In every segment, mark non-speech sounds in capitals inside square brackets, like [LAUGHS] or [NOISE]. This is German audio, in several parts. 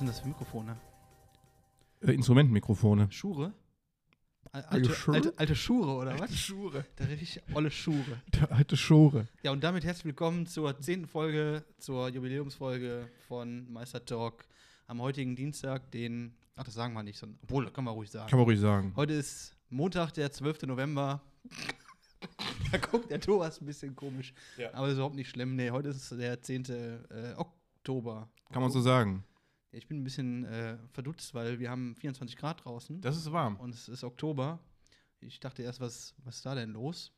Mikrofone. Äh, Instrumentenmikrofone. Schure? Al- Alte Alte, Schure? alte, alte Schure, oder was? Schure. Der richtig olle Schure. Der alte Schure. Ja, und damit herzlich willkommen zur zehnten Folge, zur Jubiläumsfolge von Meister Talk am heutigen Dienstag, den. Ach, das sagen wir nicht, sondern, obwohl, das können wir ruhig sagen. Kann man ruhig sagen. Heute ist Montag, der 12. November. [LAUGHS] da guckt der Thomas ein bisschen komisch. Ja. Aber ist überhaupt nicht schlimm. Nee, heute ist der 10. Äh, Oktober. Kann man so sagen. Ich bin ein bisschen äh, verdutzt, weil wir haben 24 Grad draußen Das ist warm. und es ist Oktober. Ich dachte erst, was, was ist da denn los?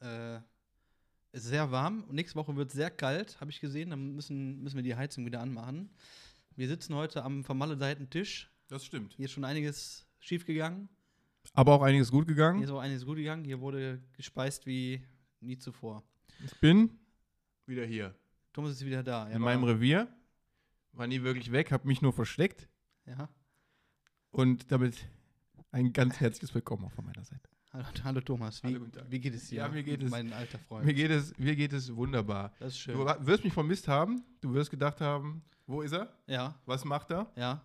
Äh, ist sehr warm und nächste Woche wird es sehr kalt, habe ich gesehen. Dann müssen, müssen wir die Heizung wieder anmachen. Wir sitzen heute am vermaledeiten Tisch. Das stimmt. Hier ist schon einiges schiefgegangen. Aber auch einiges gut Hier gegangen. ist auch einiges gut gegangen. Hier wurde gespeist wie nie zuvor. Ich bin wieder hier. Thomas ist wieder da. Er In meinem war- Revier. War nie wirklich weg, hab mich nur versteckt. ja. Und damit ein ganz herzliches Willkommen auch von meiner Seite. hallo, hallo Thomas, wie, Hallo, guten Tag. wie geht es dir? Ja, mir geht es- Mein alter Freund. Mir geht es, mir geht es wunderbar. das ist schön. Du wa- wirst mich vermisst haben. Du wirst gedacht haben, wo ist er? Ja, Was macht er? ja.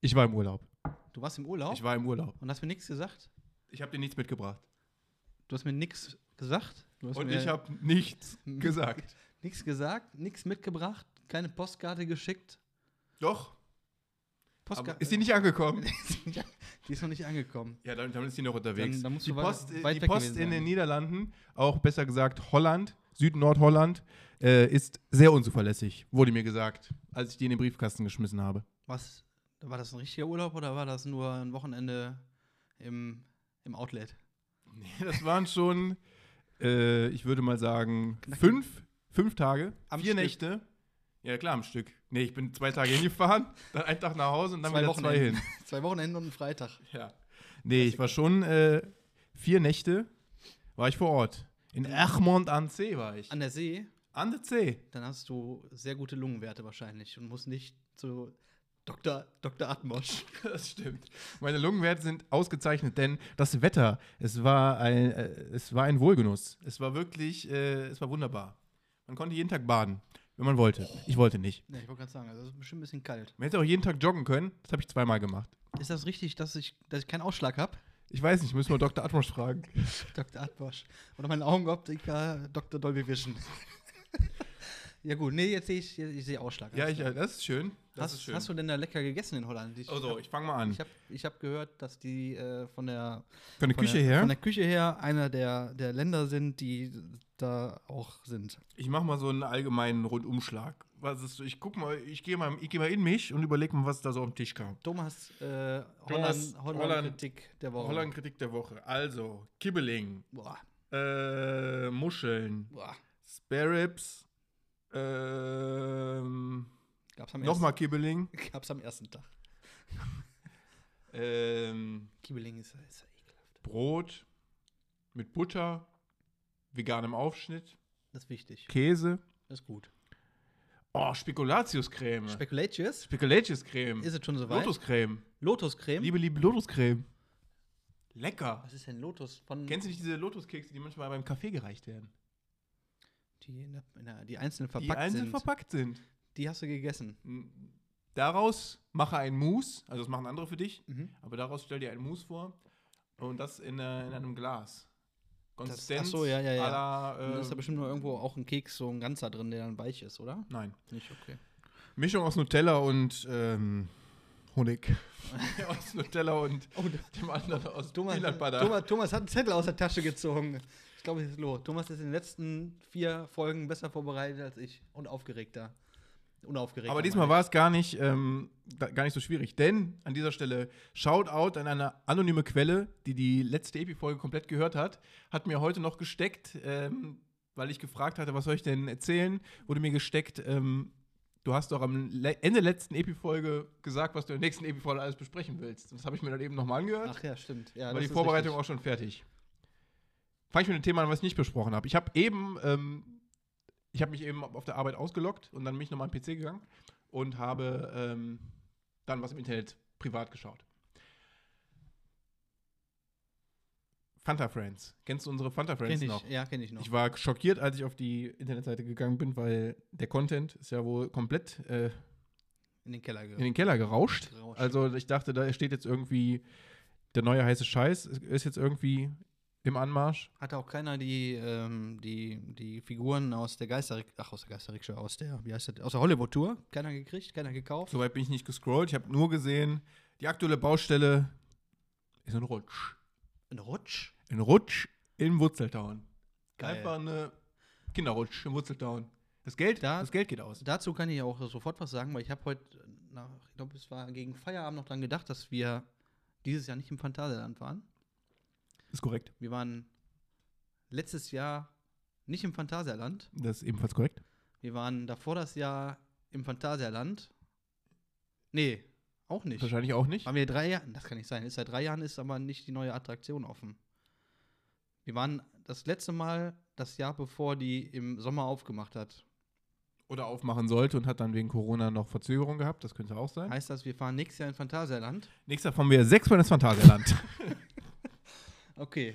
Ich war im Urlaub. Du warst im Urlaub Ich war im Urlaub. und hast mir nichts gesagt. Ich habe dir nichts mitgebracht. Du hast mir nichts gesagt. Du hast Und mir ich habe [LAUGHS] nichts gesagt. nichts gesagt, nichts mitgebracht, keine Postkarte geschickt. Doch, Postka- aber ist die nicht angekommen? [LAUGHS] die ist noch nicht angekommen. Ja, damit, damit ist die noch unterwegs. Dann- dann musst die du wei- Post, äh, weit die weg Post gewesen in sein. den Niederlanden, auch besser gesagt Holland, Süd-Nordholland, äh, ist sehr unzuverlässig, wurde mir gesagt, als ich die in den Briefkasten geschmissen habe. Was? War das ein richtiger Urlaub oder war das nur ein Wochenende im, im Outlet? Nee, das waren schon, äh, ich würde mal sagen, Knackig. fünf, fünf Tage, Am vier Stück. Nächte. Ja, klar, am Stück. Nee, ich bin zwei Tage hingefahren, [LAUGHS] dann einen Tag nach Hause und dann wieder zwei hin. [LAUGHS] zwei Wochenenden und ein Freitag. Ja. Nee, ich war schon äh, vier Nächte, war ich vor Ort. In Egmont an See war ich. Äh. An der See, An der See. dann hast du sehr gute Lungenwerte wahrscheinlich und musst nicht zu Dr. Dr. Atmosch. [LAUGHS] Das stimmt. Meine Lungenwerte sind ausgezeichnet, denn das Wetter, es war ein, äh, es war ein Wohlgenuss. Es war wirklich, äh, es war wunderbar. Man konnte jeden Tag baden, wenn man wollte. Ich wollte nicht. Ne, ich wollte gerade sagen, also das ist bestimmt ein bisschen kalt. Man hätte auch jeden Tag joggen können. Das habe ich zweimal gemacht. Ist das richtig, dass ich, dass ich keinen Ausschlag habe? Ich weiß nicht, müssen wir Dr. [LAUGHS] Atmos fragen. Dr. Atmosch. Oder mein Augenoptiker Dr. Dolby [LAUGHS] Vision. ja gut, nee, jetzt sehe ich, jetzt- ich sehe Ausschlag. ja, alles ich, klar. äh, das ist schön. Das hast, ist schön. hast du denn da lecker gegessen in Holland? Ich also, hab- ich fange mal an. ich habe ich hab gehört, dass die äh, von der Von der von Küche der, her. von der Küche her einer der, der Länder sind, die da auch sind. Ich mache mal so einen allgemeinen Rundumschlag. Was ist, so- ich guck mal, ich gehe mal, ich geh mal in mich und überlege mal, was da so auf den Tisch kam. Thomas, äh, Thomas, Holland, Holland, Holland- Kritik der Woche. Holland-Kritik der Woche. Also, Kibbeling, Boah, äh, Muscheln, boah. Spare Ribs, ähm, Gab's am, nochmal Kibbeling, ersten, gab's am ersten Tag. ähm, Kiebeling ist, ist ja ekelhaft. Brot mit Butter, veganem Aufschnitt, Das ist wichtig. Käse, Das ist gut. oh, Spekulatius-Creme, Speculatius? Spekulatius-Creme, Ist es schon soweit? Lotus-Creme, Lotuscreme? liebe, liebe Lotus-Creme. Lecker. Was ist denn Lotus? Von Kennst du nicht diese Lotuskekse, die manchmal beim Kaffee gereicht werden? die, in der, in der, die einzeln die verpackt einzeln sind. verpackt sind. die hast du gegessen. N- Daraus mache ein Mousse, also das machen andere für dich, Mhm. aber daraus stell dir ein Mousse vor und das in, äh, in einem Glas. Konsistenz ach so, ja, ja, ja. à la, Und äh, ist da bestimmt noch irgendwo auch ein Keks, so ein ganzer drin, der dann weich ist, oder? Nein. Nicht okay. Mischung aus Nutella und ähm, [LAUGHS] Honig. [LAUGHS] aus Nutella und Oh, da- dem anderen aus Thomas, Peanut Butter. Thomas, Thomas hat einen Zettel aus der Tasche gezogen. Ich glaube, es ist los. Thomas ist in den letzten vier Folgen besser vorbereitet als ich und aufgeregter. Unaufgeregter. Aber diesmal meine war es gar nicht, ähm, da- gar nicht so schwierig. Denn an dieser Stelle, Shoutout an eine anonyme Quelle, die die letzte Epi-Folge komplett gehört hat, hat mir heute noch gesteckt, ähm, weil ich gefragt hatte, was soll ich denn erzählen, wurde mir gesteckt, ähm, du hast doch am le Ende letzten Epi-Folge gesagt, was du in der nächsten Epi-Folge alles besprechen willst. Und das habe ich mir dann eben nochmal ich. angehört, Ach ja, stimmt. Ja, war das die ist Vorbereitung richtig. auch schon fertig. Fange ich mit einem Thema an, was ich nicht besprochen habe. Ich habe eben ähm, ich habe mich eben auf der Arbeit ausgelockt und dann bin ich nochmal am PC gegangen und habe ähm, dann was im Internet privat geschaut. Fanta Friends. Kennst du unsere Fanta Friends Kenn noch? ich. Ja, kenne ich noch. Ich war schockiert, als ich auf die Internetseite gegangen bin, weil der Content ist ja wohl komplett äh, in den Keller gehört. in den Keller gerauscht. Gerauscht. Also ich dachte, da steht jetzt irgendwie der neue heiße Scheiß ist jetzt irgendwie im Anmarsch. Hatte auch keiner die, ähm, die, die Figuren aus der Geisterrick, ach, aus der Geisterrickshow, aus der, wie heißt das, aus der Hollywood-Tour. Keiner gekriegt, keiner gekauft. Soweit bin ich nicht gescrollt. Ich habe nur gesehen, die aktuelle Baustelle ist ein Rutsch. Ein Rutsch? Ein Rutsch in Wurzeltown. Geil. Einfach eine Kinderrutsch in Wurzeltown. Das Geld, Da- das Geld geht aus. Dazu kann ich auch sofort was sagen, weil ich habe heute, nach, ich glaube, es war gegen Feierabend noch dran gedacht, dass wir dieses Jahr nicht im Phantasialand waren. Ist korrekt. Wir waren letztes Jahr nicht im Phantasialand. Das ist ebenfalls korrekt. Wir waren davor das Jahr im Phantasialand. Nee, auch nicht. Wahrscheinlich auch nicht. Waren wir drei Jahren? Das kann nicht sein. Ist seit drei Jahren ist aber nicht die neue Attraktion offen. Wir waren das letzte Mal das Jahr bevor die im Sommer aufgemacht hat. Oder aufmachen sollte und hat dann wegen Corona noch Verzögerung gehabt. Das könnte auch sein. Heißt das, wir fahren nächstes Jahr in Phantasialand? Nächster fahren wir sechsmal ins Phantasialand. [LAUGHS] Okay,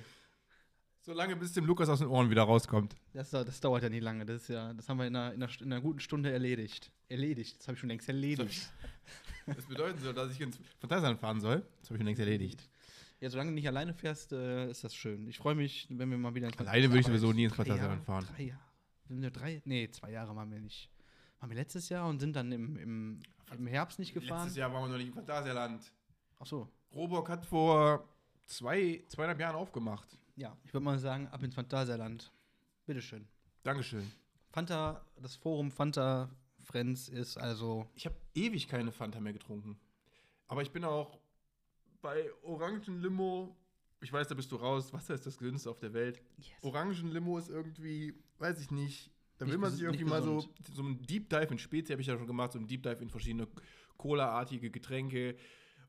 Solange bis dem Lukas aus den Ohren wieder rauskommt. das, dau- das dauert ja nicht lange. Das ist ja, das haben wir in einer, in einer, St- in einer guten Stunde erledigt. Erledigt, das habe ich schon längst erledigt. Das bedeutet so, dass ich ins Phantasialand fahren soll. Das habe ich schon längst erledigt. Ja, solange du nicht alleine fährst, äh, ist das schön. Ich freue mich, wenn wir mal wieder ins Alleine würde ich sowieso nie ins Drei Jahre, Phantasialand fahren. Drei Jahre. Sind wir drei? Nee, zwei Jahre waren wir nicht. Waren wir letztes Jahr und sind dann im, im, im Herbst nicht gefahren? Jahr waren wir noch nicht im Phantasialand. Ach so, Roborg hat vor zwei, zweieinhalb Jahren aufgemacht. Ja, ich würde mal sagen, ab ins Phantasialand. Bitteschön. Dankeschön. Fanta, das Forum Fanta Friends ist also. Ich habe ewig keine Fanta mehr getrunken. Aber ich bin auch bei Orangenlimo. Ich weiß, da bist du raus. Wasser ist das gesündeste auf der Welt. Orangenlimo ist irgendwie, weiß ich nicht. Da will Nicht man ges- sich irgendwie nicht mal so, so einen Deep Dive in Spezi, habe ich ja schon gemacht, so einen Deep Dive in verschiedene Cola-artige Getränke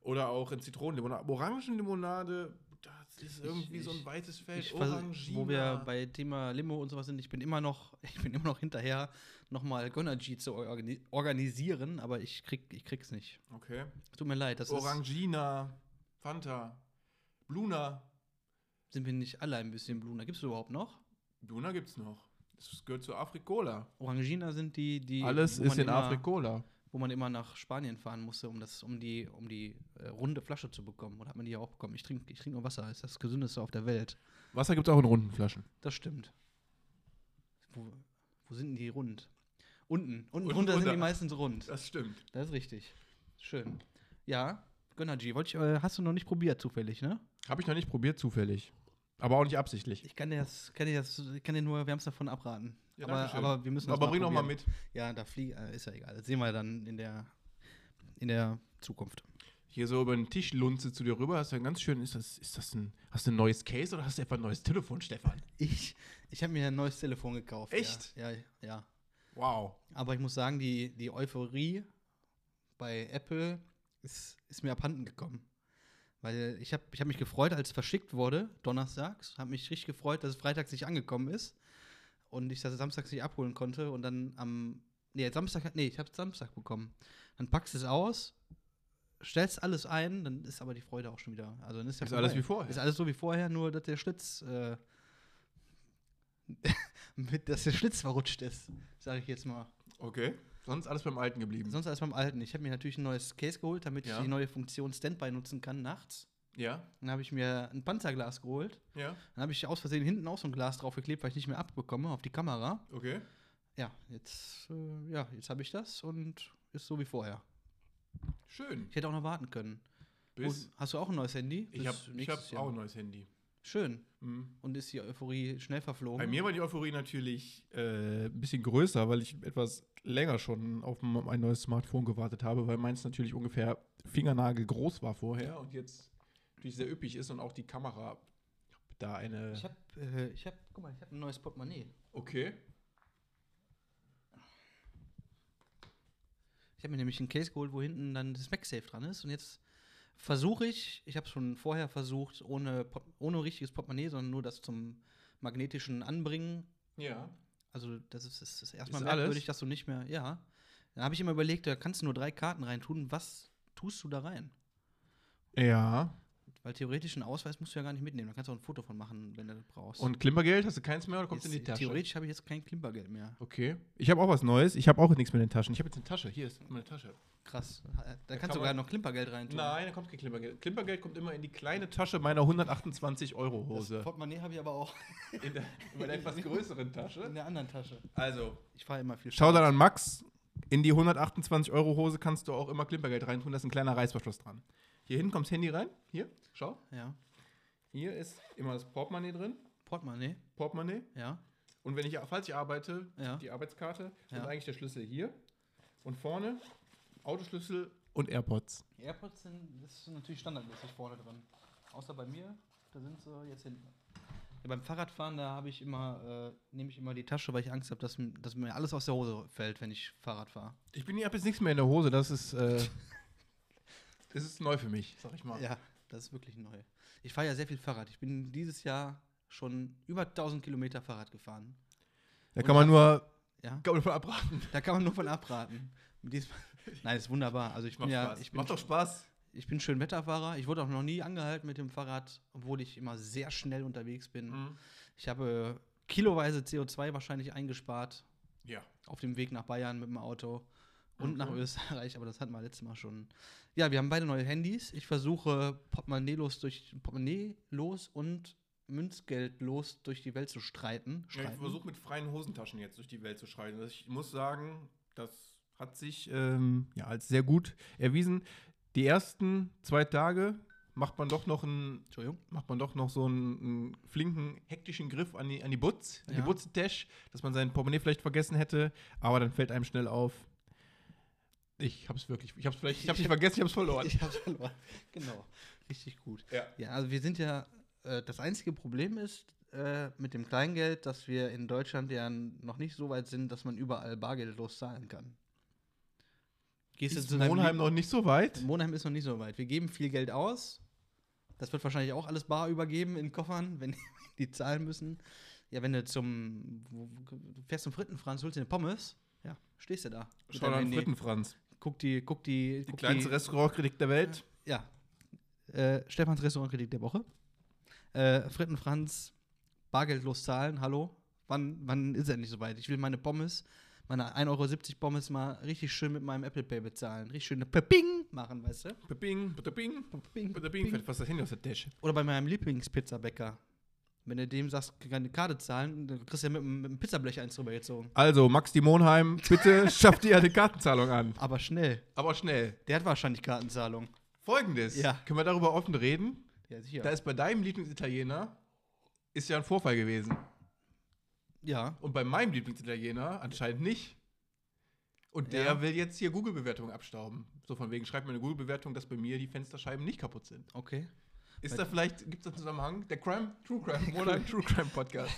oder auch in Zitronenlimonade. Aber Orangenlimonade, das ist irgendwie ich- so ein weites Feld. Ich vers- Orangina. wo wir bei Thema Limo und sowas sind, ich bin immer noch, [LAUGHS] ich bin immer noch hinterher, nochmal Gonagy zu organi organisieren, aber ich krieg, ich krieg's nicht. okay. Tut mir leid, das Orangina, Fanta, Bluna. ist, sind wir nicht alle ein bisschen Bluna. Gibt's überhaupt noch? Bluna gibt's noch. Das gehört zu Afrikola. Orangina sind die, die Alles wo ist man in immer- Afrikola. wo man immer nach Spanien fahren musste, um das, um die, um die äh, runde Flasche zu bekommen. Oder hat man die ja auch bekommen? Ich trinke, ich trinke nur Wasser, ist das gesündeste auf der Welt. Wasser gibt's auch in runden Flaschen. Das stimmt. Wo, wo sind denn die rund? Unten. Unten Unten drunter sind drunter. die meistens rund. Das stimmt. Das ist richtig. Schön. Ja, Gönnergy, wollte ich, äh, hast du noch nicht probiert zufällig, ne? Habe ich noch nicht probiert, zufällig. Aber auch nicht absichtlich. Ich kann dir das, kann dir das, ich kann dir nur wärmstens davon abraten. Ja, aber, Dankeschön. aber wir müssen das Aber bring doch mal probieren. mit. Ja, da fliegt, äh, ist ja egal. Das sehen wir dann in der, in der Zukunft. Hier so über den Tisch lunze zu dir rüber, hast du ein ganz schön, ist das, ist das ein, hast du ein neues Case oder hast du einfach ein neues Telefon, Stefan? Ich, ich habe mir ein neues Telefon gekauft. Echt? Ja, ja. ja. Wow. Aber ich muss sagen, die, die Euphorie bei Apple ist, ist mir abhanden gekommen. Weil ich habe ich hab mich gefreut, als es verschickt wurde, donnerstags. Habe mich richtig gefreut, dass es freitags nicht angekommen ist. Und ich das samstags nicht abholen konnte. Und dann am. Nee, Samstag. Nee, ich habe Samstag bekommen. Dann packst du es aus, stellst alles ein, dann ist aber die Freude auch schon wieder. Also dann ist, ja Ist alles vorbei. wie vorher. Ist alles so wie vorher, nur dass der Schlitz. Äh, [LAUGHS] mit, dass der Schlitz verrutscht ist, sage ich jetzt mal. Okay. Sonst alles beim Alten geblieben. Sonst alles beim Alten. Ich habe mir natürlich ein neues Case geholt, damit Ja. ich die neue Funktion Standby nutzen kann nachts. ja, Dann habe ich mir ein Panzerglas geholt. ja, Dann habe ich aus Versehen hinten auch so ein Glas draufgeklebt, weil ich nicht mehr abbekomme auf die Kamera. okay. Ja, jetzt, äh, ja, jetzt habe ich das und ist so wie vorher. Schön. Ich hätte auch noch warten können. Bis Und hast du auch ein neues Handy? ich Bis habe ich nächstes hab Jahr. auch ein neues Handy. Schön. Mhm. Und ist die Euphorie schnell verflogen? Bei mir war die Euphorie natürlich äh, ein bisschen größer, weil ich etwas länger schon auf m- ein neues Smartphone gewartet habe, weil meins natürlich ungefähr Fingernagel groß war vorher und jetzt natürlich sehr üppig ist und auch die Kamera da eine. Ich habe, äh, ich hab, guck mal, ich habe ein neues Portemonnaie. okay. Ich habe mir nämlich ein Case geholt, wo hinten dann das MagSafe dran ist. Und jetzt versuche ich, ich habe es schon vorher versucht, ohne, Port- ohne richtiges Portemonnaie, sondern nur das zum magnetischen Anbringen. Ja. Also das ist, ist, ist erstmal Ist alles? merkwürdig, dass du nicht mehr, ja. Dann habe ich immer überlegt, da kannst du nur drei Karten reintun. Was tust du da rein? Ja. Weil theoretisch einen Ausweis musst du ja gar nicht mitnehmen. Da kannst du auch ein Foto von machen, wenn du das brauchst. Und Klimpergeld, hast du keins mehr oder kommt Jetzt, in die Tasche? Theoretisch habe ich jetzt kein Klimpergeld mehr. Okay. Ich habe auch was Neues. Ich habe auch nichts mit den Taschen. Ich habe jetzt eine Tasche. Hier ist meine Tasche. Krass. Da, kannst kann du sogar man- noch Klimpergeld rein tun. Nein, da kommt kein Klimpergeld. Klimpergeld kommt immer in die kleine Tasche meiner 128 Euro Das Hose. Portemonnaie habe ich aber auch In, der, [LAUGHS] in meiner etwas größeren Tasche. in der anderen Tasche. Also, Ich fahre immer viel schau dann an Max. In die 128 Euro Hose kannst du auch immer Klimpergeld reintun. Da ist ein kleiner Reißverschluss dran. Hier hinten kommt das Handy rein. Hier, schau. Ja. Hier ist immer das Portemonnaie drin. Portemonnaie, Portemonnaie. ja. Und wenn ich, falls ich arbeite, Ja. die Arbeitskarte Ja. und eigentlich der Schlüssel hier. Und vorne Autoschlüssel und AirPods. Die AirPods sind das ist natürlich standardmäßig vorne dran. Außer bei mir, da sind sie jetzt hinten. Ja, beim Fahrradfahren, da habe ich immer, äh, nehme ich immer die Tasche, weil ich Angst habe, dass, m- dass mir alles aus der Hose fällt, wenn ich Fahrrad fahre. Ich bin hab jetzt nichts mehr in der Hose, das ist, äh, [LAUGHS] das ist neu für mich, sag ich mal. Ja, das ist wirklich neu. Ich fahre ja sehr viel Fahrrad. Ich bin dieses Jahr schon über 1000 Kilometer Fahrrad gefahren. Da kann man nur Ja, kann man nur abraten. [LAUGHS] da kann man nur von abraten. Diesmal, [LAUGHS] nein, ist wunderbar. Also ich bin Macht ja, Spaß. ich bin Macht doch Spaß. Ich bin schön Wetterfahrer. Ich wurde auch noch nie angehalten mit dem Fahrrad, obwohl ich immer sehr schnell unterwegs bin. Mhm. Ich habe kiloweise CO2 wahrscheinlich eingespart Ja. auf dem Weg nach Bayern mit dem Auto und Okay. nach Österreich, aber das hatten wir letztes Mal schon. Ja, wir haben beide neue Handys. Ich versuche portemonnaielos durch portemonnaielos und Münzgeldlos durch die Welt zu streiten. ja ich Streiten. versuche mit freien Hosentaschen jetzt durch die Welt zu schreiten. Also Ich muss sagen, das hat sich ähm, ja, als sehr gut erwiesen. Die ersten zwei Tage macht man doch noch einen Entschuldigung. macht man doch noch so einen, einen flinken, hektischen Griff an die, an die Butz, an Ja. die Butzentasche, dass man sein Portemonnaie vielleicht vergessen hätte, aber dann fällt einem schnell auf. Ich hab's wirklich, ich hab's vielleicht, ich hab's nicht vergessen, ich hab's verloren. Ich hab's verloren. Genau. Richtig gut. Ja. Ja, also wir sind ja, äh, das einzige Problem ist äh, mit dem Kleingeld, dass wir in Deutschland ja n- noch nicht so weit sind, dass man überall bargeldlos zahlen kann. Gehst du Ist zu deinem Monheim Lieb- noch nicht so weit? Monheim ist noch nicht so weit. Wir geben viel Geld aus. Das wird wahrscheinlich auch alles bar übergeben in Koffern, wenn [LAUGHS] die zahlen müssen. Ja, wenn du zum wo, du fährst zum Frittenfranz, holst dir eine Pommes, ja, stehst du da. mit Schau deinem an Handy. Frittenfranz. Guck die, guck die, Die guck kleinste Restaurantkritik der Welt. ja. Äh, Stefans Restaurantkritik der Woche. Äh, Fritten Franz, bargeldlos zahlen, hallo. Wann, wann ist er nicht so weit? Ich will meine Pommes, meine 1,70 Euro Pommes mal richtig schön mit meinem Apple Pay bezahlen. richtig schön Ping machen, weißt du? Bing, bing, Ping, bing, fällt fast das Handy aus der Tasche. Oder bei meinem Lieblingspizzabäcker. Wenn du dem sagst, keine Karte zahlen, dann kriegst du ja mit, einem- mit einem Pizzablech eins drüber gezogen. Also, Max die Monheim, [LAUGHS] bitte schafft ihr eine Kartenzahlung an. Aber schnell. Aber schnell. Der hat wahrscheinlich Kartenzahlung. Folgendes. Ja. Können wir darüber offen reden? Ja, sicher. Da ist bei deinem Lieblingsitaliener, ist ja ein Vorfall gewesen. ja. Und bei meinem Lieblingsitaliener anscheinend nicht. Und der Ja. will jetzt hier Google-Bewertungen abstauben. So von wegen, schreibt mir eine Google-Bewertung, dass bei mir die Fensterscheiben nicht kaputt sind. Okay. Ist Weil- da vielleicht, gibt es da einen Zusammenhang? Der Crime, True [LAUGHS] Crime, oder ein True Crime Podcast.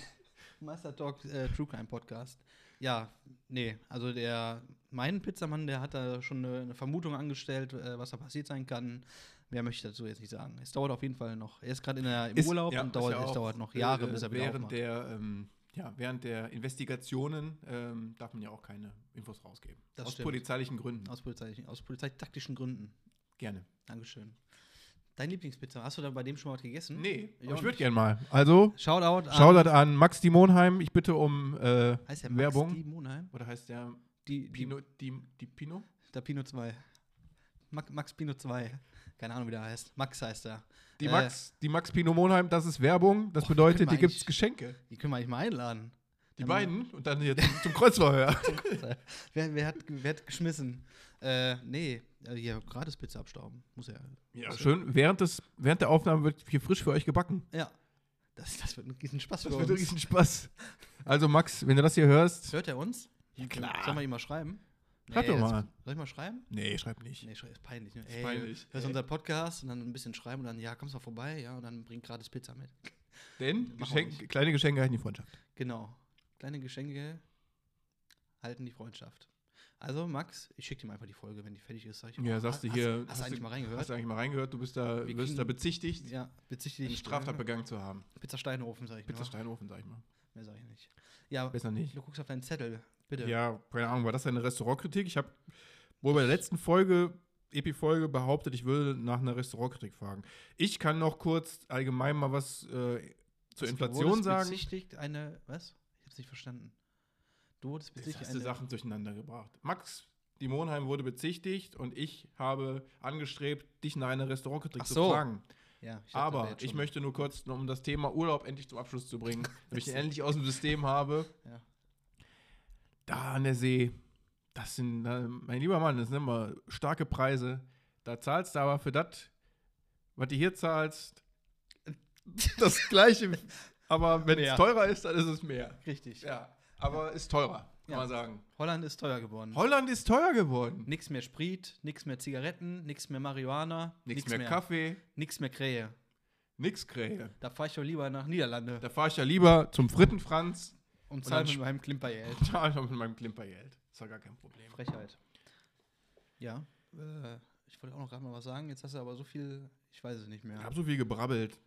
Master Talk äh, True Crime Podcast. Ja, nee, also der, mein Pizzamann, der hat da schon eine, eine Vermutung angestellt, äh, was da passiert sein kann. Mehr möchte ich dazu jetzt nicht sagen. Es dauert auf jeden Fall noch. Er ist gerade in der- im Urlaub ja, und ist dauert, ja es auch, dauert noch Jahre, äh, bis er wieder während aufmacht. der, ähm, ja, während der Investigationen ähm, darf man ja auch keine Infos rausgeben. Das Aus stimmt. polizeilichen Gründen. Aus, polizeilichen, aus polizeitaktischen Gründen. Gerne. Dankeschön. Dein Lieblingspizza, hast du da bei dem schon mal was gegessen? Nee, Ich aber auch ich würde nicht. gerne mal. Also, Shoutout an. Shoutout an Max Dimonheim. Ich bitte um äh, Heißt der Max Werbung. Die Monheim? Oder heißt der Die, die, Pino? Die, die Pino? Der Pino 2. Max, Max Pino 2. Keine Ahnung, wie der heißt. Max heißt er. Die Äh, Max, die Max Pino Monheim, das ist Werbung. Das Och, bedeutet, immer die gibt es eigentlich- Geschenke. Die können wir eigentlich mal einladen. Die Ähm, beiden und dann hier zum, zum Kreuzverhör. wer, wer, hat, wer hat geschmissen? Äh, nee, also hier gratis Pizza abstauben. Muss ja. [LAUGHS] Ja, schön. Während, des, während der Aufnahme wird hier frisch für euch gebacken. Ja. Das, das wird ein riesen Spaß Das für wird uns. riesen Spaß. Also Max, wenn du das hier hörst, Hört er uns? klar. Sollen wir ihm mal schreiben? Schreib doch das- mal. Soll ich mal schreiben? nee, schreib nicht. Nee, schrei- ist peinlich. Ne? Ist peinlich. Hörst unseren Podcast und dann ein bisschen schreiben und dann, ja, kommst mal vorbei, ja, und dann bring gratis Pizza mit. Denn wir Geschenk, nicht. kleine Geschenke halten die Freundschaft. Genau. Kleine Geschenke halten die Freundschaft. Also, Max, ich schicke dir einfach die Folge, wenn die fertig ist. Sag ich, Ja, oh, sagst du hast- hier. Hast, hast du eigentlich mal reingehört? Hast du eigentlich mal reingehört? Du bist da, Wir wirst da kriegen- bezichtigt, ja, bezichte eine dich. Straftat äh, begangen zu haben. Pizza Steinhofen, sag ich Pizza nur. Steinhofen, sag ich mal. Mehr sag ich nicht. Ja, Genau. Besser nicht. du guckst auf deinen Zettel, bitte. Ja, keine Ahnung, war das eine Restaurantkritik? Ich habe wohl bei der letzten Folge Epi-Folge behauptet, ich würde nach einer Restaurantkritik fragen. Ich kann noch kurz allgemein mal was äh, zur Also, du Inflation wurdest sagen. Bezichtigt eine, was? Ich hab's nicht verstanden. Du wurdest Jetzt bezichtigt hast du eine. Sachen durcheinander gebracht. Max Dimonheim wurde bezichtigt und ich habe angestrebt, dich nach einer Restaurantkritik Ach so. zu fragen. Ja, ich dachte, da wär Aber jetzt ich schon- möchte nur kurz, um das Thema Urlaub endlich zum Abschluss zu [LAUGHS] bringen, damit ich ihn endlich aus dem System habe. [LAUGHS] Ja. Da an der See, das sind, äh, mein lieber Mann, das sind immer starke Preise. Da zahlst du aber für das, was du hier [LAUGHS] zahlst, das Gleiche. aber wenn Mehr. es teurer ist, dann ist es mehr. Richtig. Ja, aber ist teurer, kann Ja. man sagen. Holland ist teuer geworden. Holland ist teuer geworden. nix mehr Sprit, nix mehr Zigaretten, nix mehr Marihuana, Nichts mehr, Kaffee, nix mehr Krähe. nix Krähe. Da fahre ich doch lieber nach Niederlande Da fahre ich ja lieber zum Frittenfranz und dann zahle mit sp- meinem Klimpergeld. und da einfach mit meinem Klimpergeld. Ist ja gar kein Problem. Frechheit. Ja, äh, ich wollte auch noch gerade mal was sagen. Jetzt hast du aber so viel, ich weiß es nicht mehr. Ich habe so viel gebrabbelt.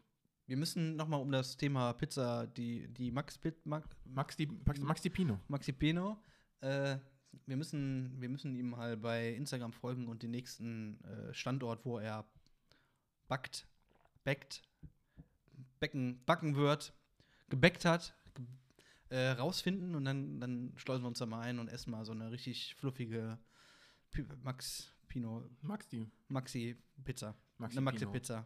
Wir müssen noch mal um das Thema Pizza, die, die Max Pit, Max, Max Di, Max, Hm. Max Di Pino. Maxi Peno, äh, wir müssen, wir müssen ihm halt bei Instagram folgen und den nächsten äh, Standort, wo er backt, backt, becken, backen wird, gebäckt hat, ge äh, rausfinden und dann, dann schleusen wir uns da mal ein und essen mal so eine richtig fluffige Pi Max Pino Max Di. Maxi Pizza. Maxi eine Maxi Pino. Pizza.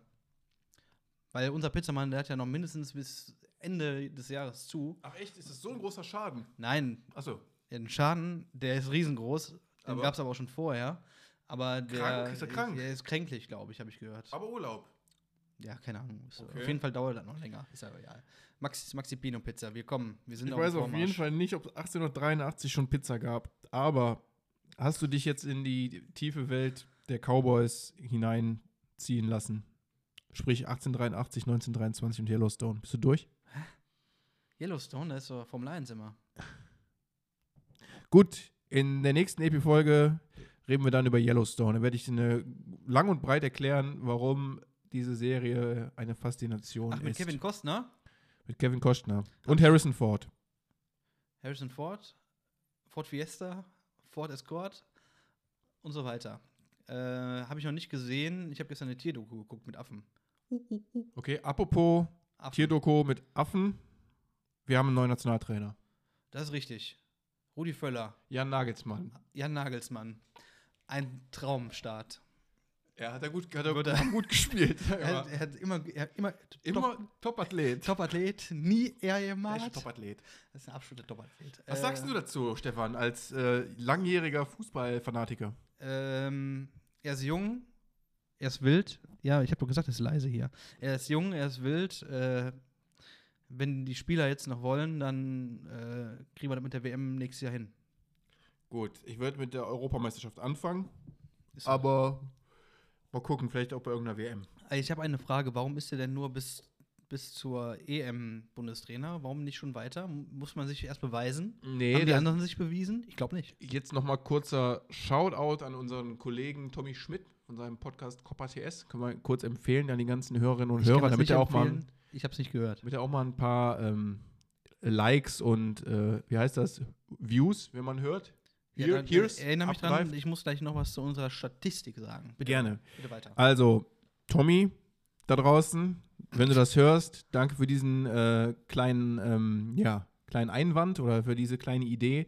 Weil unser Pizzamann, der hat ja noch mindestens bis Ende des Jahres zu. Ach echt, ist das so ein großer Schaden? Nein, Achso, den Schaden, der ist riesengroß. Den Aber- gab es aber auch schon vorher. Aber der, Krank? Ist er krank? der ist kränklich, glaube ich, habe ich gehört. aber Urlaub. Ja, keine Ahnung. Ist, Okay. Auf jeden Fall dauert das noch länger. Ist aber egal. Maxi, Maxi Pino Pizza, wir kommen. Wir sind Ich dem weiß auf Vormarsch. jeden Fall nicht, ob es 1883 schon Pizza gab, aber hast du dich jetzt in die tiefe Welt der Cowboys hineinziehen lassen? Sprich 1883, 1923 und Yellowstone. Bist du durch? Yellowstone, da ist so vom Lions immer. Gut, in der nächsten Epi-Folge reden wir dann über Yellowstone. Dann werde ich dir lang und breit erklären, warum diese Serie eine Faszination Ach, mit ist. Kevin Costner, Mit Kevin Costner. Und Harrison Ford. Harrison Ford, Ford Fiesta, Ford Escort und so weiter. Äh, habe ich noch nicht gesehen. Ich habe gestern eine Tierdoku geguckt mit Affen. Okay, apropos Affen. Tierdoku mit Affen. Wir haben einen neuen Nationaltrainer. Das ist richtig. Rudi Völler. Jan Nagelsmann. Jan Nagelsmann. Ein Traumstart. Er hat er gut, hat Wird er- [LAUGHS] gut gespielt. Er, hat- er hat immer, er hat immer, Immer Top-Athlet. Top, Athlet, nie er Er jemals. ist ein Top-Athlet. das ist ein absoluter Top-Athlet. Was äh, sagst du dazu, Stefan, als äh, langjähriger Fußballfanatiker? Ähm, er ist jung, er ist wild. Ja, ich habe doch gesagt, er ist leise hier. Er ist jung, er ist wild. Äh, wenn die Spieler jetzt noch wollen, dann äh, kriegen wir das mit der WM nächstes Jahr hin. Gut, ich würde mit der Europameisterschaft anfangen, Ist so. aber mal gucken, vielleicht auch bei irgendeiner WM. Also ich habe eine Frage. Warum ist er denn nur bis, bis zur EM Bundestrainer? Warum nicht schon weiter? M- Muss man sich erst beweisen? Nee, Haben die anderen sich bewiesen? Ich glaube nicht. Jetzt nochmal kurzer Shoutout an unseren Kollegen Tommy Schmidt von seinem Podcast Copper TS. Können wir kurz empfehlen an die ganzen Hörerinnen und Ich kann Hörer, das damit nicht er, auch mal, empfehlen. Ich habe es nicht gehört. damit er auch mal ein paar ähm, Likes und, äh, wie heißt das, Views, wenn man hört. Ja, Hear- dann, Hears äh, erinnere mich abgreift. dran, ich muss gleich noch was zu unserer Statistik sagen. Bitte, Gerne. bitte weiter. Also, Tommy da draußen, wenn du das hörst, danke für diesen äh, kleinen, ähm, ja, kleinen Einwand oder für diese kleine Idee.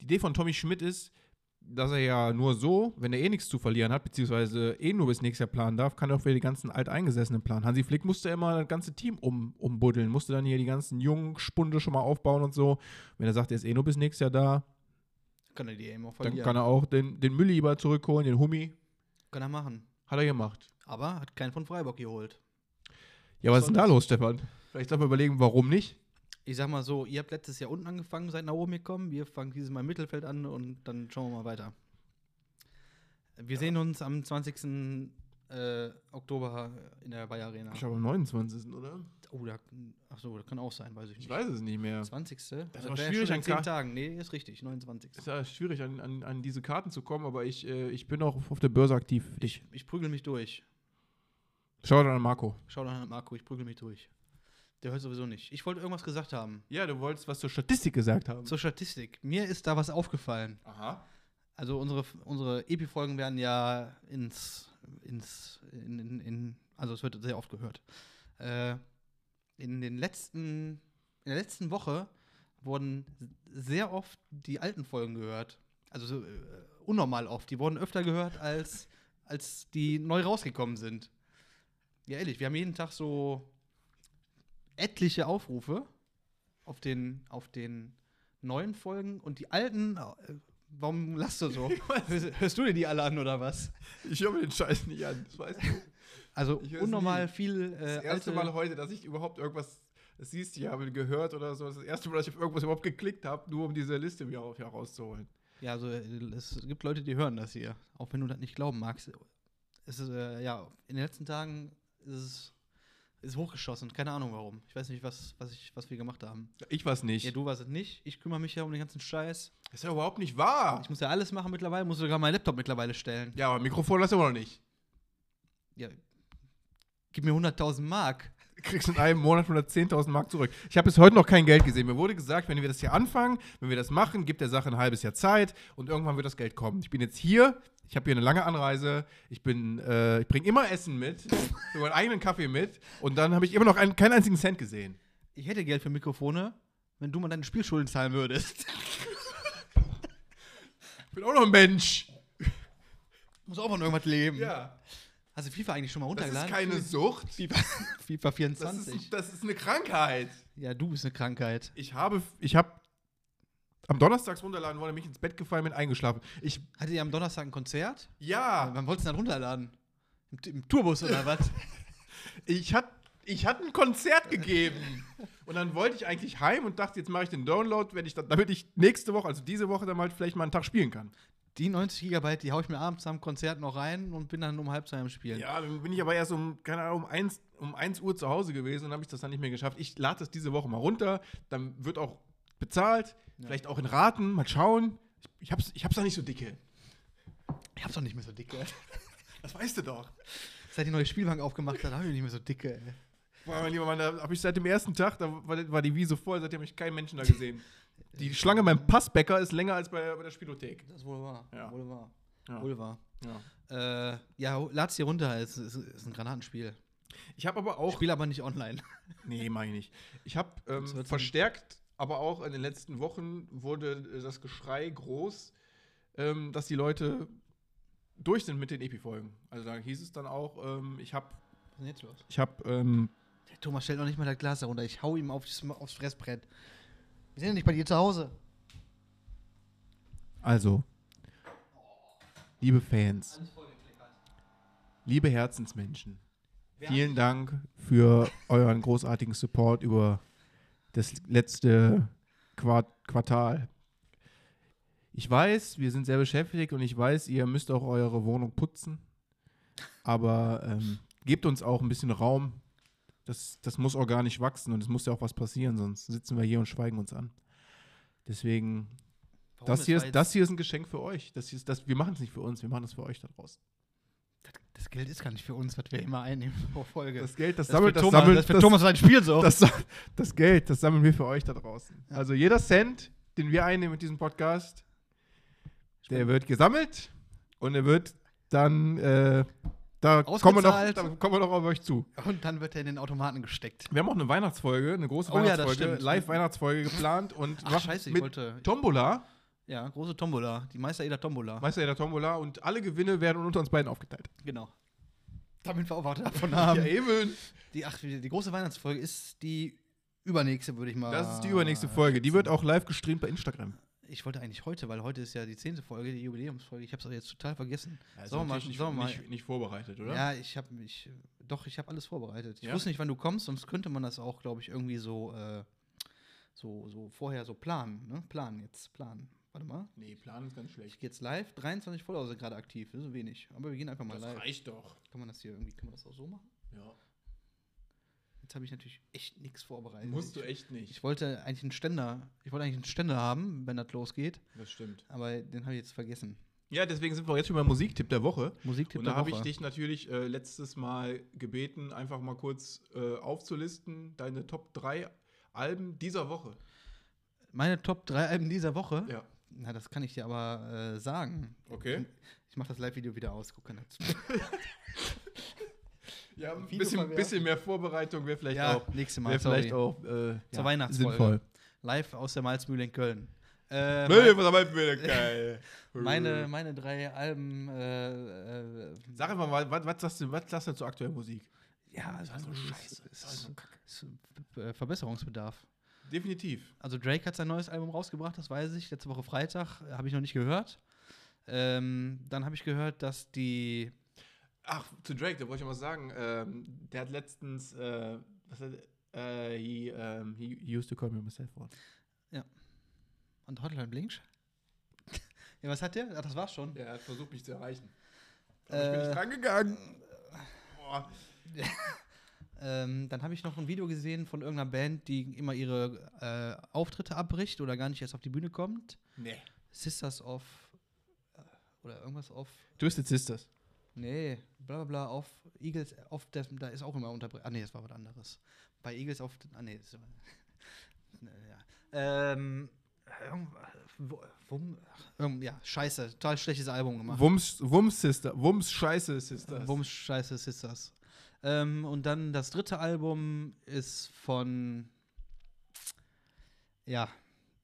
Die Idee von Tommy Schmidt ist, dass er ja nur so, wenn er eh nichts zu verlieren hat, beziehungsweise eh nur bis nächstes Jahr planen darf, kann er auch wieder die ganzen Alteingesessenen planen. Hansi Flick musste immer das ganze Team um, umbuddeln, musste dann hier die ganzen jungen Spunde schon mal aufbauen und so. Wenn er sagt, er ist eh nur bis nächstes Jahr da, Kann er die EM auch dann verlieren. kann er auch den, den Mülleiber zurückholen, den Hummi. Kann er machen. Hat er gemacht. Aber hat keinen von Freiburg geholt. Ja, was ist denn da Sonst- los, Stefan? Vielleicht sollten wir überlegen, warum nicht. Ich sag mal so, ihr habt letztes Jahr unten angefangen, seid nach oben gekommen. Wir fangen dieses Mal im Mittelfeld an und dann schauen wir mal weiter. Wir sehen uns am 20. Äh, Oktober in der Bayer Arena. Ich glaube am 29. oder? Oh, da, ach so, das kann auch sein, weiß ich nicht. Ich weiß es nicht mehr. 20. Das aber schwierig, schon ein in 10 Kar- Tagen. Nee, ist richtig, 29. Ist ja schwierig, an, an, an diese Karten zu kommen, aber ich, äh, ich bin auch auf der Börse aktiv. Ich Ich prügel mich durch. schau dann an Marco. Schau doch an Marco, ich prügel mich durch. Der hört sowieso nicht. Ich wollte irgendwas gesagt haben. Ja, du wolltest was zur Statistik gesagt haben. Zur Statistik. Mir ist da was aufgefallen. Aha. also unsere, unsere Epi-Folgen werden ja ins, ins, in, in, in, also es wird sehr oft gehört. Äh, in den letzten, in der letzten Woche wurden sehr oft die alten Folgen gehört. Also so, äh, unnormal oft. Die wurden öfter gehört, als, als die neu rausgekommen sind. Ja, ehrlich, wir haben jeden Tag so etliche Aufrufe auf den, auf den neuen Folgen und die alten. Äh, warum lachst du [LAUGHS] so? Hörst, hörst du dir die alle an oder was? Ich höre mir den Scheiß nicht an, das weißt du. Also Ich hör's unnormal nie. viel. Äh, Das alte- erste Mal heute, dass ich überhaupt irgendwas das siehst, ich habe gehört oder so. Das ist das erste Mal, dass ich auf irgendwas überhaupt geklickt habe, nur um diese Liste mir auf herauszuholen. Ja, also äh, es gibt Leute, die hören das hier, auch wenn du das nicht glauben magst. Es ist, äh, ja, in den letzten Tagen ist es ist hochgeschossen. Keine Ahnung warum. Ich weiß nicht, was, was, ich, was wir gemacht haben. Ich weiß nicht. Ja, du warst es nicht. Ich kümmere mich ja um den ganzen Scheiß. Das ist ja überhaupt nicht wahr. Ich muss ja alles machen mittlerweile, muss sogar meinen Laptop mittlerweile stellen. Ja, aber Mikrofon hast du aber noch nicht. Ja. Gib mir 100.000 Mark. Du kriegst in einem Monat 110.000 Mark zurück. Ich habe bis heute noch kein Geld gesehen. Mir wurde gesagt, wenn wir das hier anfangen, wenn wir das machen, gibt der Sache ein halbes Jahr Zeit und irgendwann wird das Geld kommen. Ich bin jetzt hier, ich habe hier eine lange Anreise, ich bin, äh, ich bringe immer Essen mit, sogar einen eigenen Kaffee mit und dann habe ich immer noch einen, keinen einzigen Cent gesehen. Ich hätte Geld für Mikrofone, wenn du mal deine Spielschulden zahlen würdest. [LAUGHS] Ich bin auch noch ein Mensch. muss auch von irgendwas leben. Ja. Hast du FIFA eigentlich schon mal Das ist runtergeladen? keine Sucht. FIFA, [LAUGHS] FIFA Das 24. ist, das ist eine Krankheit. ja, du bist eine Krankheit. Ich habe, ich habe am Donnerstags runterladen wollen, mich ins Bett gefallen, bin eingeschlafen. Ich, Hattet ihr am Donnerstag ein Konzert? ja, Wann wolltest du denn runterladen? Im, im Tourbus [LAUGHS] oder was? ich hatte ich hat ein Konzert gegeben. Und dann wollte ich eigentlich heim und dachte, jetzt mache ich den Download, wenn ich, dann- damit ich nächste Woche, also diese Woche, dann mal vielleicht mal einen Tag spielen kann. Die 90 Gigabyte, die hau ich mir abends am Konzert noch rein und bin dann um halb zwei am Spielen. Ja, dann bin ich aber erst um, keine Ahnung, um 1, um 1 Uhr zu Hause gewesen und habe ich das dann nicht mehr geschafft. Ich lade das diese Woche mal runter, dann wird auch bezahlt, vielleicht auch in Raten, mal schauen. Ich, ich, hab's, ich hab's doch nicht so dicke. Ich hab's doch nicht mehr so dicke. Das weißt du doch. Seit die neue Spielbank aufgemacht hat, hab ich nicht mehr so dicke. Ey. Boah, mein lieber Mann, da habe ich seit dem ersten Tag, da war, war die Wiese voll, seitdem habe ich keinen Menschen da gesehen. Die Schlange beim Passbäcker ist länger als bei, bei der Spielothek. Das ist wohl wahr. Ja. Wohl wahr. Ja. Wohl wahr. Ja. Äh, ja, lad's dir runter. Es ist, es ist ein Granatenspiel. Ich habe aber Ich auch. spiel aber nicht online. [LAUGHS] Nee, meine ich nicht. Ich habe ähm, Sonst wird's verstärkt, aber auch in den letzten Wochen wurde äh, das Geschrei groß, ähm, dass die Leute durch sind mit den Epi-Folgen. Also da hieß es dann auch, ähm, ich habe. Was ist denn jetzt los? Ich habe. Ähm, Der Thomas stellt noch nicht mal das Glas herunter. Ich hau ihm aufs, aufs Fressbrett. Wir sind ja nicht bei dir zu Hause. also. Liebe Fans, liebe Herzensmenschen. Vielen Dank für euren großartigen Support über das letzte Qua- Quartal. Ich weiß, wir sind sehr beschäftigt und ich weiß, ihr müsst auch eure Wohnung putzen. Aber ähm, gebt uns auch ein bisschen Raum. Das, das muss organisch wachsen und es muss ja auch was passieren, sonst sitzen wir hier und schweigen uns an. Deswegen, Warum? das Es hier, war ist, jetzt- das hier ist ein Geschenk für euch. Das hier ist, das, wir machen es nicht für uns, wir machen es für euch da draußen. Das Geld ist gar nicht für uns, was wir immer einnehmen [LAUGHS] pro Folge. Das Geld, das, ist für sammelt, das Thomas, sammelt, das ist für Thomas sein Spiel so. das, das Geld, das sammeln wir für euch da draußen. Also jeder Cent, den wir einnehmen mit diesem Podcast, der wird gesammelt und er wird dann, äh, da, kommen wir noch, Ausgezahlt. da kommen wir noch auf euch zu. Und dann wird er in den Automaten gesteckt. Wir haben auch eine Weihnachtsfolge, eine große Oh ja, das Weihnachtsfolge, stimmt. Live-Weihnachtsfolge geplant und Ach, machen scheiße, ich mit wollte- Tombola, Ja, große Tombola. Die Meister jeder Tombola. Meister der Tombola und alle Gewinne werden unter uns beiden aufgeteilt. genau. Damit wir auch was davon haben. eben. Die, ach, die die große Weihnachtsfolge ist die übernächste, würde ich mal. Das ist die übernächste Folge. Die wird auch live gestreamt bei Instagram. Ich wollte eigentlich heute, weil heute ist ja die zehnte Folge, die Jubiläumsfolge. Ich habe es jetzt total vergessen. Also sollen wir mal, natürlich sollen wir mal. nicht, nicht vorbereitet, oder? ja, ich habe mich. Doch, ich habe alles vorbereitet. Ich Ja? wusste nicht, wann du kommst, sonst könnte man das auch, glaube ich, irgendwie so, äh, so, so vorher so planen. Ne? Planen jetzt, planen. Warte mal. Nee, Plan ist ganz schlecht. Ich gehe jetzt live. 23 Follower sind gerade aktiv. Das ist wenig. Aber wir gehen einfach mal Das live. reicht doch. Kann man das hier irgendwie, kann man das auch so machen? Ja. Jetzt habe ich natürlich echt nichts vorbereitet. Musst du ich, echt nicht. ich wollte eigentlich einen Ständer, ich wollte eigentlich einen Ständer haben, wenn das losgeht, Das stimmt. aber den habe ich jetzt vergessen. Ja, deswegen sind wir jetzt schon beim Musiktipp der Woche. Musiktipp und da habe ich dich natürlich äh, letztes Mal gebeten, einfach mal kurz äh, aufzulisten, deine Top 3 Alben dieser Woche. Meine Top 3 Alben dieser Woche. Ja. Na, das kann ich dir aber äh, sagen. Okay. Ich mache das Live-Video wieder aus. Guck, keine- Ja, ein Video bisschen, verwerfen. bisschen mehr Vorbereitung wäre vielleicht ja, auch, nächstes Mal. wär vielleicht sorry. auch äh, ja, Weihnachtsfolge. sinnvoll. Live aus der Malzmühle in Köln. Äh, Nee, was [LAUGHS] haben wir denn geil? meine, meine drei Alben. Äh, äh, Sag einfach mal, was, was, sagst du, was sagst du zur aktuellen Musik? ja, also, alles nur es ist- Scheiße, es alles ist- nur es ist, äh, Verbesserungsbedarf. Definitiv. Also Drake hat sein neues Album rausgebracht, das weiß ich. Letzte Woche Freitag äh, habe ich noch nicht gehört. Ähm, dann habe ich gehört, dass die Ach, zu Drake, da wollte ich mal sagen, ähm, der hat letztens, äh, was hat, äh, he, ähm, he used to call me on my cell phone. und Hotline Blinks. [LAUGHS] ja, was hat der? Ach, das war's schon. Der hat versucht, mich zu erreichen. Aber ich bin nicht Äh, rangegangen. äh, Ähm, dann habe ich noch ein Video gesehen von irgendeiner Band, die immer ihre äh, Auftritte abbricht oder gar nicht erst auf die Bühne kommt. Nee. Sisters of äh, oder irgendwas auf. Twisted Sisters. Nee, bla bla bla auf Eagles auf der, da ist auch immer unterbrechen. Ah nee, das war was anderes. Bei Eagles auf ah nee, das [LAUGHS] war, Nee, ja. Ähm irgendwo- wo, wum, irgend, ja, scheiße, total schlechtes Album gemacht. Wums, Wums Sister. Wums Scheiße Sisters. Wumms, scheiße, Sisters. Ähm, und dann das dritte Album ist von. Ja,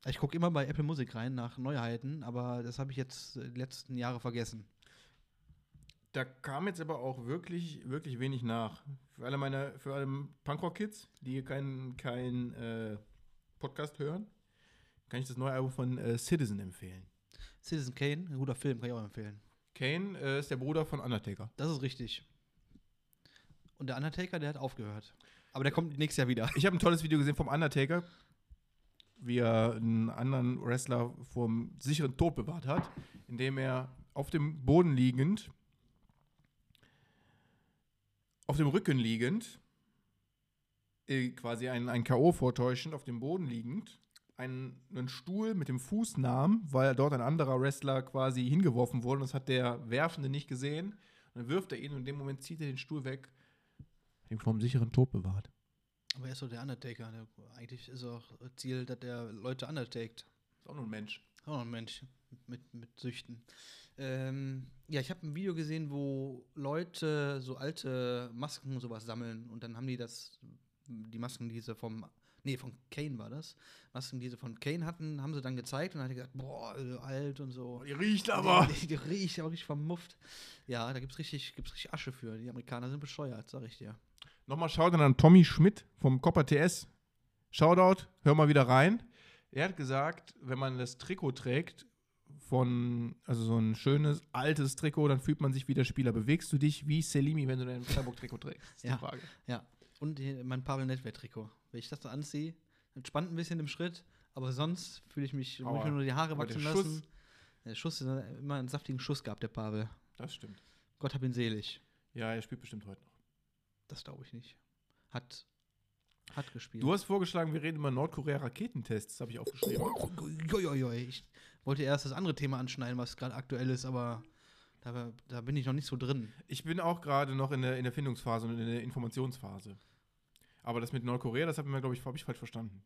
ich gucke immer bei Apple Music rein nach Neuheiten, aber das habe ich jetzt äh, die letzten Jahre vergessen. Da kam jetzt aber auch wirklich, wirklich wenig nach. Für alle meine, für alle Punkrock-Kids, die hier keinen kein, äh, Podcast hören, kann ich das neue Album von äh, Citizen empfehlen. Citizen Kane, ein guter Film, kann ich auch empfehlen. Kane äh, ist der Bruder von Undertaker. Das ist richtig. Und der Undertaker, der hat aufgehört. Aber der kommt nächstes Jahr wieder. Ich habe ein tolles Video gesehen vom Undertaker, wie er einen anderen Wrestler vom sicheren Tod bewahrt hat, indem er auf dem Boden liegend, auf dem Rücken liegend, äh, quasi ein, ein K.O. vortäuschend, auf dem Boden liegend, einen, einen Stuhl mit dem Fuß nahm, weil dort ein anderer Wrestler quasi hingeworfen wurde und das hat der Werfende nicht gesehen. Und dann wirft er ihn und in dem Moment zieht er den Stuhl weg, hat ihn vom sicheren Tod bewahrt. Aber er ist so der Undertaker. Der, eigentlich ist auch Ziel, dass der Leute undertaked. Ist auch nur ein Mensch. Auch noch ein Mensch mit, mit Süchten. Ähm, ja, ich habe ein Video gesehen, wo Leute so alte Masken und sowas sammeln und dann haben die das, die Masken, die sie vom, nee, von Kane war das, Masken, die sie von Kane hatten, haben sie dann gezeigt und dann hat er gesagt, boah, äh, alt und so. die [LAUGHS] riecht Die, die, die riecht aber richtig vermufft. Ja, da gibt's richtig, gibt's richtig Asche für. Die Amerikaner sind bescheuert, sag ich dir. Nochmal Shoutout an Tommy Schmidt vom Copper TS. Shoutout, hör mal wieder rein. Er hat gesagt, wenn man das Trikot trägt, von, also so ein schönes, altes Trikot, dann fühlt man sich wie der Spieler. Bewegst du dich wie Selimi, wenn du dein Freiburg-Trikot trägst? Ist Ja. die Frage. Ja. Und hier mein Pavel Nedved-Trikot. Wenn ich das da anziehe, entspannt ein bisschen im Schritt, aber sonst fühle ich mich, muss ich Aua. mir nur die Haare Aber der wachsen Schuss- lassen. Der Schuss, der hat immer einen saftigen Schuss gehabt, der Pavel. Das stimmt. Gott hab ihn selig. Ja, er spielt bestimmt heute noch. Das glaube ich nicht. Hat, hat gespielt. Du hast vorgeschlagen, wir reden über Nordkorea-Raketentests, habe ich aufgeschrieben. Uiuiuiui. Ich wollte erst das andere Thema anschneiden, was gerade aktuell ist, aber da, da bin ich noch nicht so drin. Ich bin auch gerade noch in der, in der Findungsphase und in der Informationsphase. Aber das mit Nordkorea, das haben wir, glaube ich, habe ich falsch verstanden.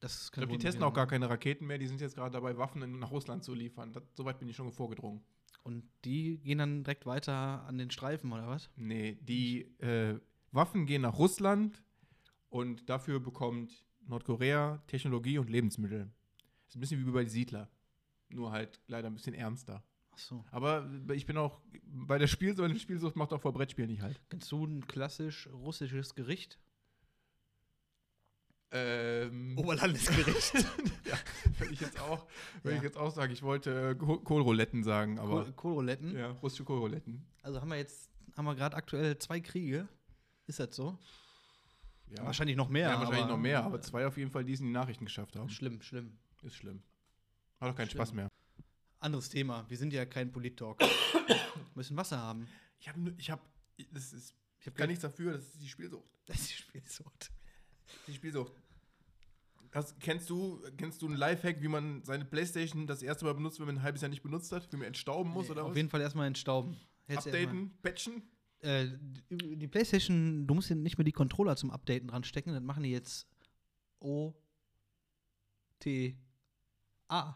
Das Ich kann glaube, die wohl testen wieder- auch gar keine Raketen mehr. Die sind jetzt gerade dabei, Waffen in- nach Russland zu liefern. Das, so weit bin ich schon vorgedrungen. Und die gehen dann direkt weiter an den Streifen, oder was? Nee, die äh, Waffen gehen nach Russland und dafür bekommt Nordkorea Technologie und Lebensmittel. Ist ein bisschen wie bei die Siedler. Nur halt leider ein bisschen ernster. Ach so. Aber ich bin auch bei der Spielsucht, meine Spielsucht macht auch vor Brettspielen nicht halt. Kennst du ein klassisch russisches Gericht? [LAUGHS] Ähm, Oberlandesgericht. ja, wenn ich jetzt auch, wenn Ja. ich jetzt auch sage, ich wollte äh, Kohl- Kohlrouletten sagen, aber Kohl- Kohlrouletten. ja, russische Kohlrouletten. Also haben wir jetzt, haben wir gerade aktuell zwei Kriege. Ist das so? Ja. Wahrscheinlich noch mehr. Ja, wahrscheinlich aber- noch mehr, aber äh, zwei auf jeden Fall, die es in die Nachrichten geschafft haben. Schlimm, schlimm. Ist schlimm. Hat doch keinen Schlimm. Spaß mehr. Anderes Thema. Wir sind ja kein [COUGHS] Polit-Talk. müssen Wasser haben. Ich habe, ich hab, das ist, Ich habe gar nichts dafür, das ist die Spielsucht. [LAUGHS] Das ist die Spielsucht. Das ist die Spielsucht. Hast, kennst du, kennst du einen Lifehack, wie man seine Playstation das erste Mal benutzt, wenn man ein halbes Jahr nicht benutzt hat? Wie man entstauben muss Nee, oder Auf was? jeden Fall erstmal entstauben. Hältst du Updaten, patchen? erstmal- Äh, die die PlayStation, du musst ja nicht mehr die Controller zum Updaten dran stecken. Das machen die jetzt O T A.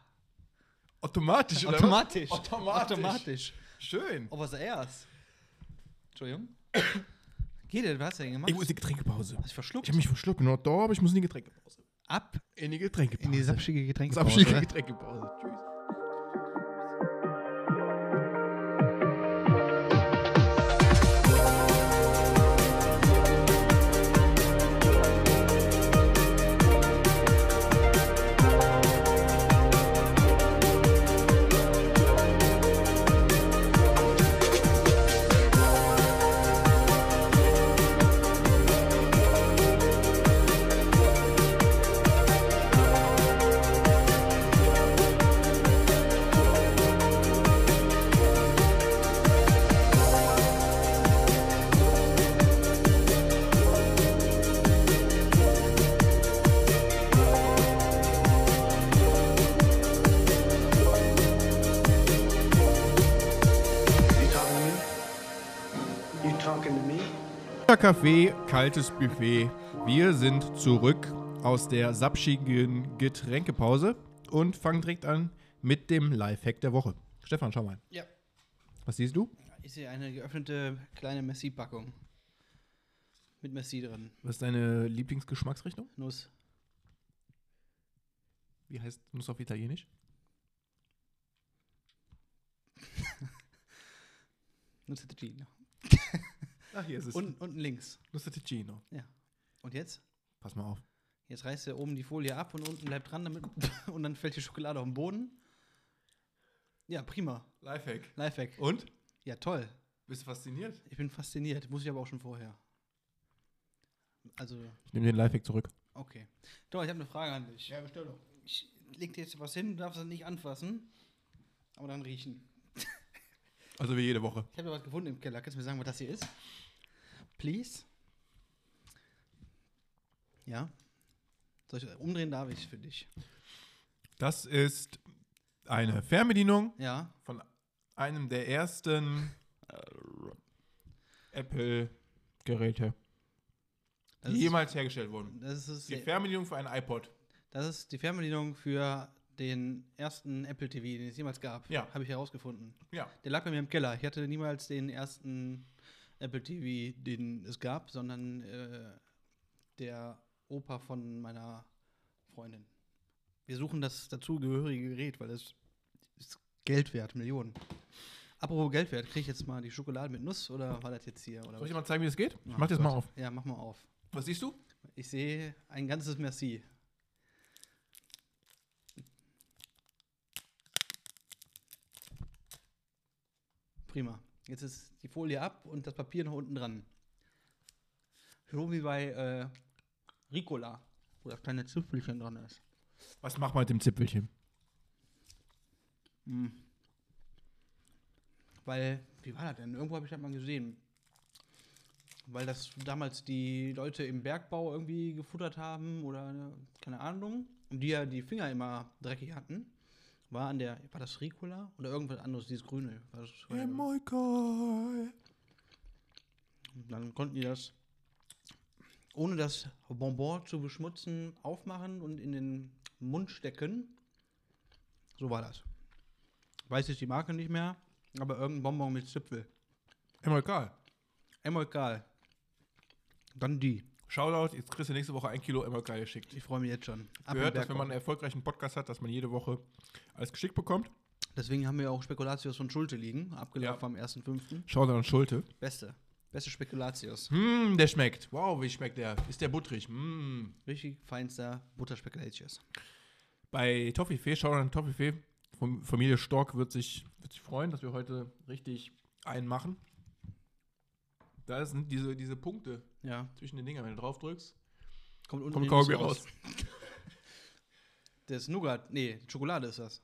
Automatisch, oder? was? Automatisch. Automatisch. Automatisch. Schön. Oh, was erst? Entschuldigung. Geht denn, was hast du denn gemacht? Ich muss in die Getränkepause. Hast du verschluckt? Ich habe mich verschluckt, genau da, aber ich muss in die Getränkepause. ab In die Getränkepause. in die sapschige Getränkepause. Sapschige Getränkepause. Tschüss. You talking to me? You talking to me? Guter Kaffee, kaltes Buffet. Wir sind zurück aus der sapschigen Getränkepause und fangen direkt an mit dem Lifehack der Woche. Stefan, schau mal. Ja. Was siehst du? Ich sehe eine geöffnete kleine Messi-Packung. Mit Messi drin. Was ist deine Lieblingsgeschmacksrichtung? Nuss. Wie heißt Nuss auf Italienisch? Nussettino. Ach, hier ist es. Und, unten links. Nussatticino. Und jetzt? Pass mal auf. Jetzt reißt er oben die Folie ab und unten bleibt dran damit [LAUGHS] und dann fällt die Schokolade auf den Boden. Ja, prima. Lifehack. Lifehack. Und? Ja, toll. Bist du fasziniert? Ich bin fasziniert. Muss ich aber auch schon vorher. Also, Ich nehme den Lifehack zurück. okay. Doch, ich habe eine Frage an dich. Ja, bestell doch. Ich leg dir jetzt was hin, du darfst es nicht anfassen, aber dann riechen. Also wie jede Woche. Ich habe da was gefunden im Keller. Kannst du mir sagen, was das hier ist? Please? Ja? Soll ich umdrehen darf ich für dich? Das ist eine Fernbedienung Ja? von einem der ersten Apple-Geräte, Das die jemals hergestellt wurden. Ist, das, ist Die die Fernbedienung für einen iPod. das ist die Fernbedienung für den ersten Apple TV, den es jemals gab. Ja. Habe ich herausgefunden. Ja. Der lag bei mir im Keller. Ich hatte niemals den ersten Apple TV, den es gab, sondern äh, der Opa von meiner Freundin. Wir suchen das dazugehörige Gerät, weil es ist Geld wert, Millionen. Apropos Geld wert, kriege ich jetzt mal die Schokolade mit Nuss oder war das jetzt hier? Oder Soll ich dir was? mal zeigen, wie das geht? Ich Ja, mach das mal Gott. auf. Ja, mach mal auf. Was siehst du? Ich sehe ein ganzes Merci. Prima. Jetzt ist die Folie ab und das Papier noch unten dran. So wie bei äh, Ricola, wo das kleine Zipfelchen dran ist. Was mach mal mit dem Zipfelchen? Hm. Weil, wie war das denn? Irgendwo habe ich das mal gesehen. Weil das damals die Leute im Bergbau irgendwie gefuttert haben oder äh, keine Ahnung. Und die ja die Finger immer dreckig hatten. War an der, war das Ricola oder irgendwas anderes, dieses Grüne? War das, Oh Moikoi. Und dann konnten die das, ohne das Bonbon zu beschmutzen, aufmachen und in den Mund stecken. So war das. Weiß jetzt die Marke nicht mehr, aber irgendein Bonbon mit Zipfel. Moikoi. Emolkal. Dann die. Shoutout, jetzt kriegst du nächste Woche ein Kilo Moikoi geschickt. Ich freue mich jetzt schon. Ab in den Gehört, dass wenn man einen Bergbau. erfolgreichen Podcast hat, dass man jede Woche alles geschickt bekommt. Deswegen haben wir auch Spekulatius von Schulte liegen, abgelaufen Ja. am 1.5. Shoutout an Schulte. Beste. Beste Spekulatius. Mmm, der schmeckt. Wow, wie schmeckt der? Ist der butterig? Mmm. Richtig feinster Butterspekulatius. Bei Toffifee, Shoutout an Toffifee. Vom- Familie Stork wird sich, wird sich freuen, dass wir heute richtig einen machen. Da sind diese, diese Punkte Ja. zwischen den Dingern, wenn du drauf drückst. Kommt unten Kommt die kaum Nuss raus. Das ist Nougat. Nee, Schokolade ist das.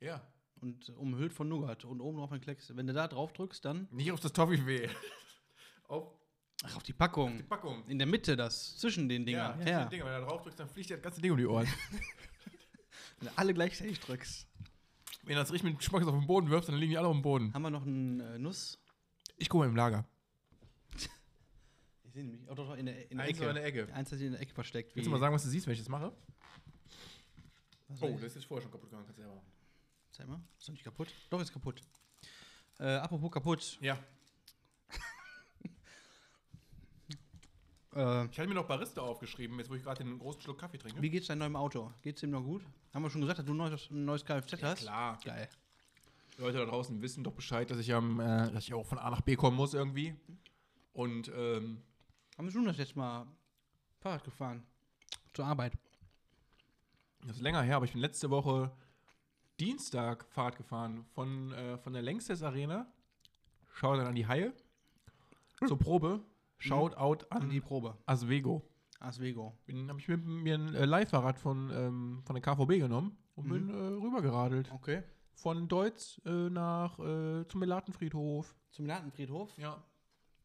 Ja. Und umhüllt von Nougat. Und oben drauf ein Klecks. Wenn du da drauf drückst, dann. Nicht auf das Toffifee. [LAUGHS] auf Ach, auf die Packung. die Packung. In der Mitte, das. Zwischen den Ja, Dingern. das Ja. sind Dinger. Wenn du da drauf drückst, dann fliegt dir das ganze Ding um die [LAUGHS] Ohren. Wenn du alle gleichzeitig drückst. Wenn du das richtig mit Geschmack auf den Boden wirfst, dann liegen die alle auf dem Boden. Haben wir noch einen äh, Nuss? Ich gucke mal im Lager. Ich sehe nämlich. Oh, doch, doch, in der, in der Eins Ecke. war in der Ecke. Eins hat sich in der Ecke versteckt. Willst du mal sagen, was du siehst, wenn ich das mache? Was Oh, weiß ich? das ist vorher schon kaputt gegangen, kannst du selber. Zeig mal. Ist doch nicht kaputt? Doch, ist kaputt. Äh, apropos kaputt. Ja, Äh, ich hatte mir noch Barista aufgeschrieben, jetzt wo ich gerade den großen Schluck Kaffee trinke. wie geht's deinem neuen Auto? Geht's ihm noch gut? Haben wir schon gesagt, dass du ein neues, ein neues Kfz hast? Klar, Geil. Leute da draußen wissen doch Bescheid, dass ich, am, äh, dass ich auch von A nach B kommen muss irgendwie. Und ähm, Haben wir schon das letzte Mal Fahrrad gefahren? Zur Arbeit. das ist länger her, aber ich bin letzte Woche Dienstag Fahrrad gefahren von, äh, von der Längstes Arena. Schau dann an die Haie. Zur Probe. Shout out An Mhm. an die Probe. Asvego. Asvego. Dann habe ich mit mir ein äh, Leihfahrrad von, ähm, von der KVB genommen und bin äh, rübergeradelt. Okay. Von Deutz äh, nach äh, zum Melatenfriedhof. Zum Ladenfriedhof. Ja,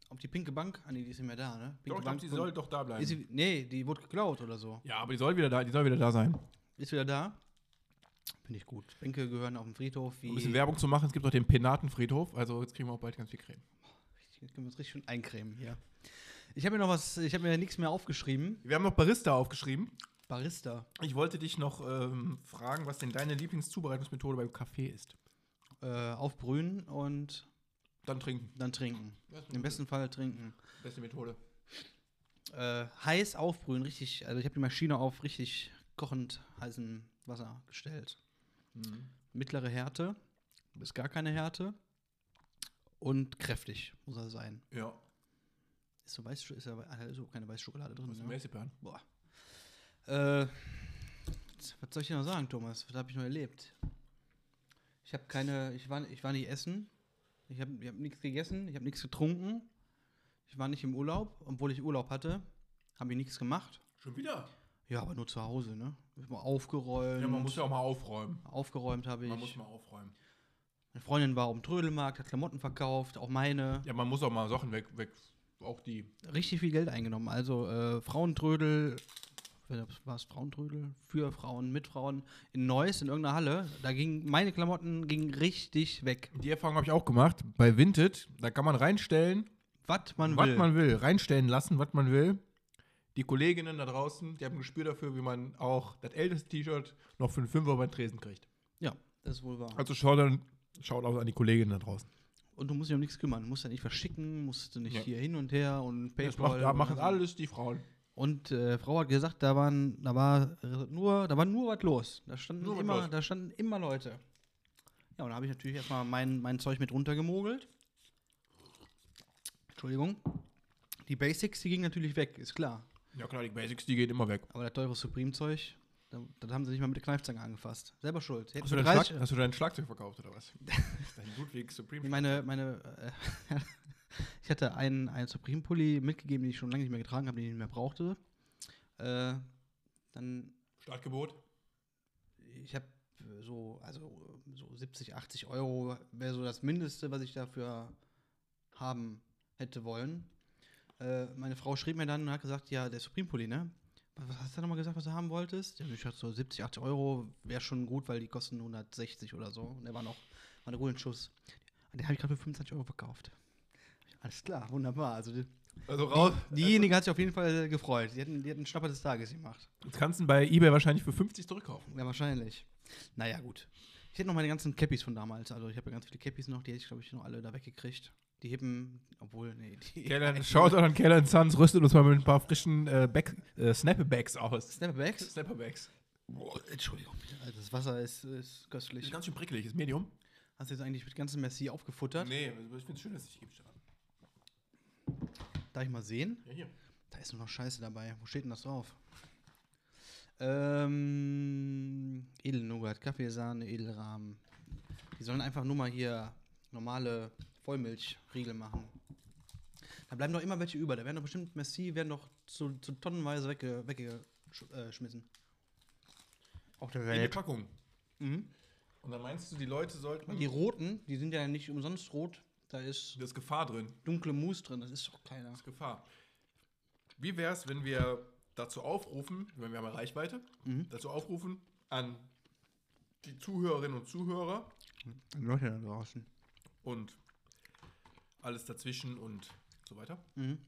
Auf die pinke Bank. Ah, nee, die ist nicht mehr da, ne? Pinke doch, ich glaub, Bank die wurde- soll doch da bleiben. Ist sie, nee, die wurde geklaut oder so. ja, aber die soll wieder da, die soll wieder da sein. Um Ist wieder da. Finde ich gut. Bänke gehören auf dem Friedhof. Wie Um ein bisschen Werbung zu machen, es gibt doch den Penatenfriedhof, also jetzt kriegen wir auch bald ganz viel Creme. Jetzt können wir uns richtig schön eincremen hier. Ich habe mir noch was, ich habe mir nichts mehr aufgeschrieben. Wir haben noch Barista aufgeschrieben. Barista. Ich wollte dich noch ähm, fragen, was denn deine Lieblingszubereitungsmethode beim Kaffee ist. Äh, aufbrühen und Dann trinken. dann trinken. Das ist Im besten Fall trinken. die beste Methode. Äh, heiß aufbrühen, richtig. Also ich habe die Maschine auf richtig kochend heißen Wasser gestellt. Mhm. Mittlere Härte, bis gar keine Härte. Und kräftig muss er sein. Ja, Ist so weiß, ist aber, ah, da ist auch keine Weißschokolade drin. das ist Ne? ein Boah. Äh, was soll ich dir noch sagen, Thomas? Was habe ich noch erlebt? Ich habe keine, ich war, ich war nicht essen. Ich habe ich hab nichts gegessen, ich habe nichts getrunken. Ich war nicht im Urlaub, obwohl ich Urlaub hatte. Habe ich nichts gemacht. Schon wieder? Ja, aber nur zu Hause, ne? Ich hab mal aufgeräumt. Ja, man muss ja auch mal aufräumen. aufgeräumt habe ich. Man muss mal aufräumen. Meine Freundin war auf dem Trödelmarkt, hat Klamotten verkauft, auch meine. Ja, man muss auch mal Sachen weg, weg. Auch die. Richtig viel Geld eingenommen. Also äh, Frauentrödel, war es Frauentrödel? Für Frauen, mit Frauen in Neuss, in irgendeiner Halle. Da ging meine Klamotten gingen richtig weg. Die Erfahrung habe ich auch gemacht. Bei Vinted, da kann man reinstellen, Was man was will. man will. Reinstellen lassen, was man will. Die Kolleginnen da draußen, die haben ein Gespür dafür, wie man auch das älteste T-Shirt noch für einen Fünfer beim Tresen kriegt. ja, das ist wohl wahr. Also schaut dann, schaut auch an die Kolleginnen da draußen. Und du musst dich um nichts kümmern. Du musst ja nicht verschicken, musst du nicht Ja. hier hin und her und Das Paypal. macht, da und machen so. alles die Frauen. Und äh, Frau hat gesagt, da waren, da war äh, nur, da war nur was los. Da standen Nur was immer, los. da standen immer Leute. Ja, und da habe ich natürlich erstmal mein, mein Zeug mit runtergemogelt. Entschuldigung. Die Basics, die gingen natürlich weg, ist klar. Ja klar, die Basics, die gehen immer weg. Aber das teure Supreme-Zeug, da- das haben sie nicht mal mit der Kneifzange angefasst. Selber schuld. Hätten Hast du, wir dein 30 Schlag, hast du dein Schlagzeug verkauft oder [LAUGHS] was? dein Ludwig Supreme. meine, meine, äh, [LAUGHS] ich hatte einen, einen Supreme-Pulli mitgegeben, den ich schon lange nicht mehr getragen habe, den ich nicht mehr brauchte. Äh, dann Startgebot. ich habe so, also äh, so 70, 80 Euro wäre so das Mindeste, was ich dafür haben hätte wollen. Äh, meine Frau schrieb mir dann und hat gesagt, ja, der Supreme Pulli, ne? Was was hast du nochmal gesagt, was du haben wolltest? Ja, ich dachte so 70, 80 Euro wäre schon gut, weil die kosten 160 oder so. Und der war noch, war ein Rohlenschuss. Den habe ich gerade für 25 Euro verkauft. Alles klar, wunderbar. Also die, Also raus. diejenige hat sich auf jeden Fall gefreut. Die hat, einen- die hat einen Schnapper des Tages gemacht. Jetzt Also, kannst du ihn bei Ebay wahrscheinlich für 50 zurückkaufen. Ja, wahrscheinlich. Naja, gut. Ich hätte noch meine ganzen Cappies von damals. Also ich habe ja ganz viele Cappies noch, die hätte ich, glaube ich, noch alle da weggekriegt. Die hippen, obwohl, nee, die schaut an Keller Sons, rüstet uns mal mit ein paar frischen äh, Back, äh, Snapbacks aus. Snapbacks. Snapbacks. Entschuldigung, bitte. also das Wasser ist, ist Ist köstlich. ganz schön prickelig, ist Medium. Hast du jetzt eigentlich mit ganzen Messi aufgefuttert? Nee, ich finde es schön, dass ich gebe schon an. Darf ich mal sehen? Ja, hier. Da ist nur noch Scheiße dabei. Wo steht denn das drauf? Ähm, Edelnougat, Kaffeesahne, Edelrahmen. Die sollen einfach nur mal hier normale Vollmilchriegel machen. Da bleiben doch immer welche über. Da werden doch bestimmt Merci, werden doch zu, zu tonnenweise wegge, weggeschmissen. Äh, Auf der In die Packung. Mhm. Und dann meinst du, die Leute sollten. Die roten, die sind ja nicht umsonst rot. Da ist das ist Gefahr drin. dunkle Mousse drin. Das ist doch keiner. Das ist Gefahr. Wie wäre es, wenn wir dazu aufrufen, wenn wir haben ja Reichweite, dazu aufrufen an die Zuhörerinnen und Zuhörer Leute da draußen. und alles dazwischen und so weiter. Mhm.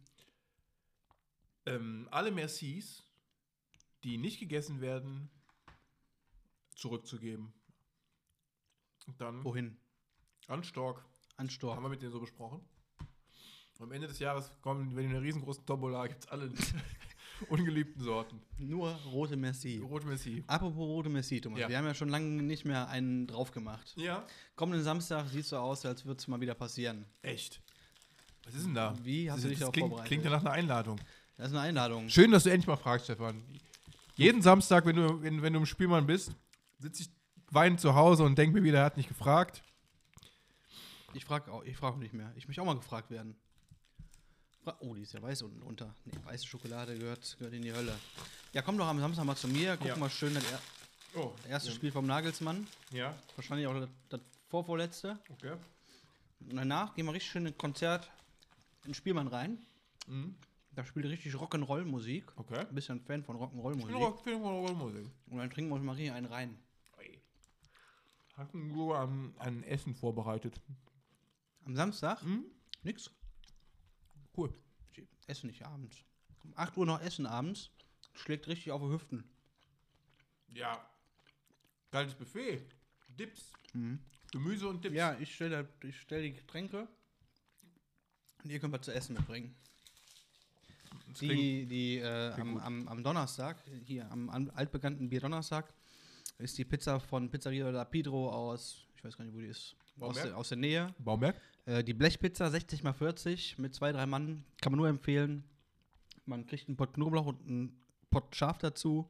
Ähm, alle Mercis, die nicht gegessen werden, zurückzugeben. Und dann Wohin? an Stork. An Haben wir Stork. mit denen so besprochen. Und am Ende des Jahres kommen, wenn in einer riesengroßen Tombola gibt es alle [LAUGHS] ungeliebten Sorten. Nur rote Merci. Rot Messi. Apropos rote Merci, Thomas. Ja. Wir haben ja schon lange nicht mehr einen drauf gemacht. Ja. Kommenden Samstag sieht so aus, als würde es mal wieder passieren. Echt. Was ist denn da? Wie hast das, du dich das darauf klingt, vorbereitet? klingt ja nach einer Einladung. Das ist eine Einladung. Schön, dass du endlich mal fragst, Stefan. Jeden Samstag, wenn du, wenn, wenn du im Spielmann bist, sitze ich weinend zu Hause und denke mir wieder, er hat nicht gefragt. Ich frage auch, ich frage nicht mehr. Ich möchte auch mal gefragt werden. Fra- Oh, die ist ja weiß unten unter. Nee, weiße Schokolade gehört, gehört in die Hölle. Ja, komm doch am Samstag mal zu mir. Guck Ja. mal schön das er Oh, erste Spiel vom Nagelsmann. Ja, Wahrscheinlich auch das, das vorvorletzte. okay. Und danach gehen wir richtig schön in ein Konzert in den Spielmann rein. Mhm. Da spielt richtig Rock'n'Roll-Musik. Okay. Ein bisschen Fan von Ich bin Rock'n'Roll-Musik. auch Film von Musik. Und dann trinken wir uns mal richtig einen rein. Hatten nur an, an Essen vorbereitet. Am Samstag? Mhm. Nix. Cool. Ich esse nicht abends. Um 8 Uhr noch essen abends. Schlägt richtig auf die Hüften. Ja. Geiles Buffet. Dips. Gemüse und Dips. Hm. Ja, ich stelle ich stell die Getränke. Und ihr könnt was zu essen mitbringen. Das klingt- Die, die äh, klingt am, gut. am, am Donnerstag, hier am an- altbekannten Bier Donnerstag, ist die Pizza von Pizzeria La Pedro aus, ich weiß gar nicht, wo die ist, aus Bamberg? der, aus der Nähe. Baumberg? Äh, die Blechpizza 60x40 mit zwei, drei Mann, kann man nur empfehlen. Man kriegt einen Pott Knoblauch und einen Pott Schaf dazu.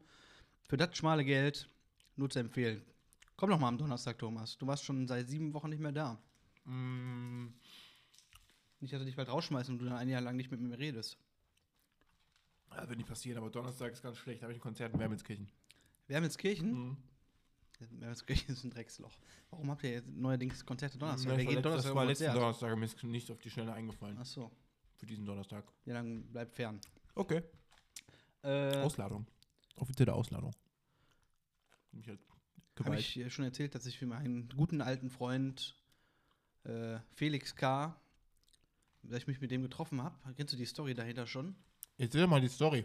Für das schmale Geld nur zu empfehlen. Komm doch mal am Donnerstag, Thomas. Du warst schon seit sieben Wochen nicht mehr da. Mm, Nicht, dass du dich bald rausschmeißen und du dann ein Jahr lang nicht mit mir redest. das wird nicht passieren, aber Donnerstag ist ganz schlecht. Da habe ich ein Konzert in Wermelskirchen. Wermelskirchen? Mhm. Wermelskirchen ist ein Drecksloch. Warum habt ihr jetzt neuerdings Konzerte Donnerstag? Das Wer war geht letzt- Donnerstag das auf war ein letzten Hm, Konzert? Ah. Donnerstag, mir ist nicht auf die Schnelle eingefallen. Ach so. Für diesen Donnerstag. Ja, dann bleib fern. Okay. Äh, Ausladung. Offizielle Ausladung. Mich halt Habe geweiht. ich äh, schon erzählt, dass ich für meinen guten alten Freund äh, Felix K., dass ich mich mit dem getroffen habe. Kennst du die Story dahinter schon? Jetzt sehen mal die Story.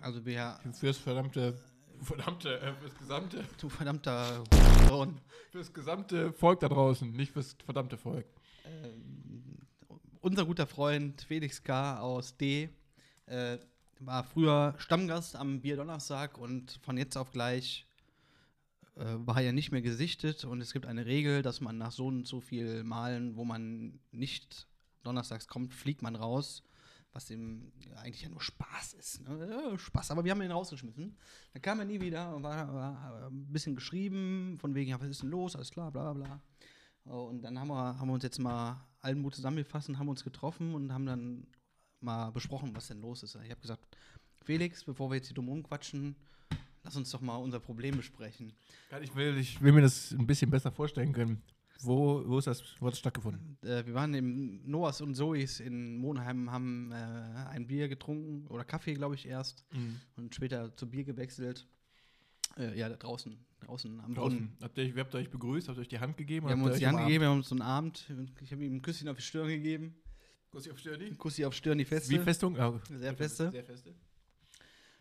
Also wer Fürs verdammte. Verdammte, äh, fürs gesamte, du verdammter Hurensohn. fürs gesamte Volk da draußen, nicht fürs verdammte Volk. Ähm, unser guter Freund Felix K. aus D. Äh, war früher Stammgast am Bierdonnerstag und von jetzt auf gleich äh, war er nicht mehr gesichtet und es gibt eine Regel, dass man nach so und so viel Malen, wo man nicht donnerstags kommt, fliegt man raus, was ihm eigentlich ja nur Spaß ist. Ne? Äh, Spaß, aber wir haben ihn rausgeschmissen. Dann kam er nie wieder und war, war äh, ein bisschen geschrieben, von wegen, ja, was ist denn los, alles klar, bla bla bla. Oh, Und dann haben wir, haben wir uns jetzt mal allen Mut zusammengefasst und haben uns getroffen und haben dann mal besprochen, was denn los ist. Ich habe gesagt, Felix, bevor wir jetzt hier dumm rumquatschen, lass uns doch mal unser Problem besprechen. Ja, Ich will, ich will mir das ein bisschen besser vorstellen können. Wo, wo ist das? Wo hat das stattgefunden? Äh, wir waren im Noahs und Zoes in Monheim, haben äh, ein Bier getrunken oder Kaffee, glaube ich, erst Mhm. und später zu Bier gewechselt. Äh, ja, da draußen, draußen am Brunnen. Draußen. Habt ihr, euch- habt ihr euch begrüßt? Habt ihr euch die Hand gegeben? Wir haben Habt ihr uns euch die Hand umarmt? gegeben, wir haben uns so einen Abend. Ich habe ihm ein Küsschen auf die Stirn gegeben. Kuss auf Stirni? Ein Kussi auf Stirn, die Feste. Wie Festung? Ah, Sehr feste. Sehr feste.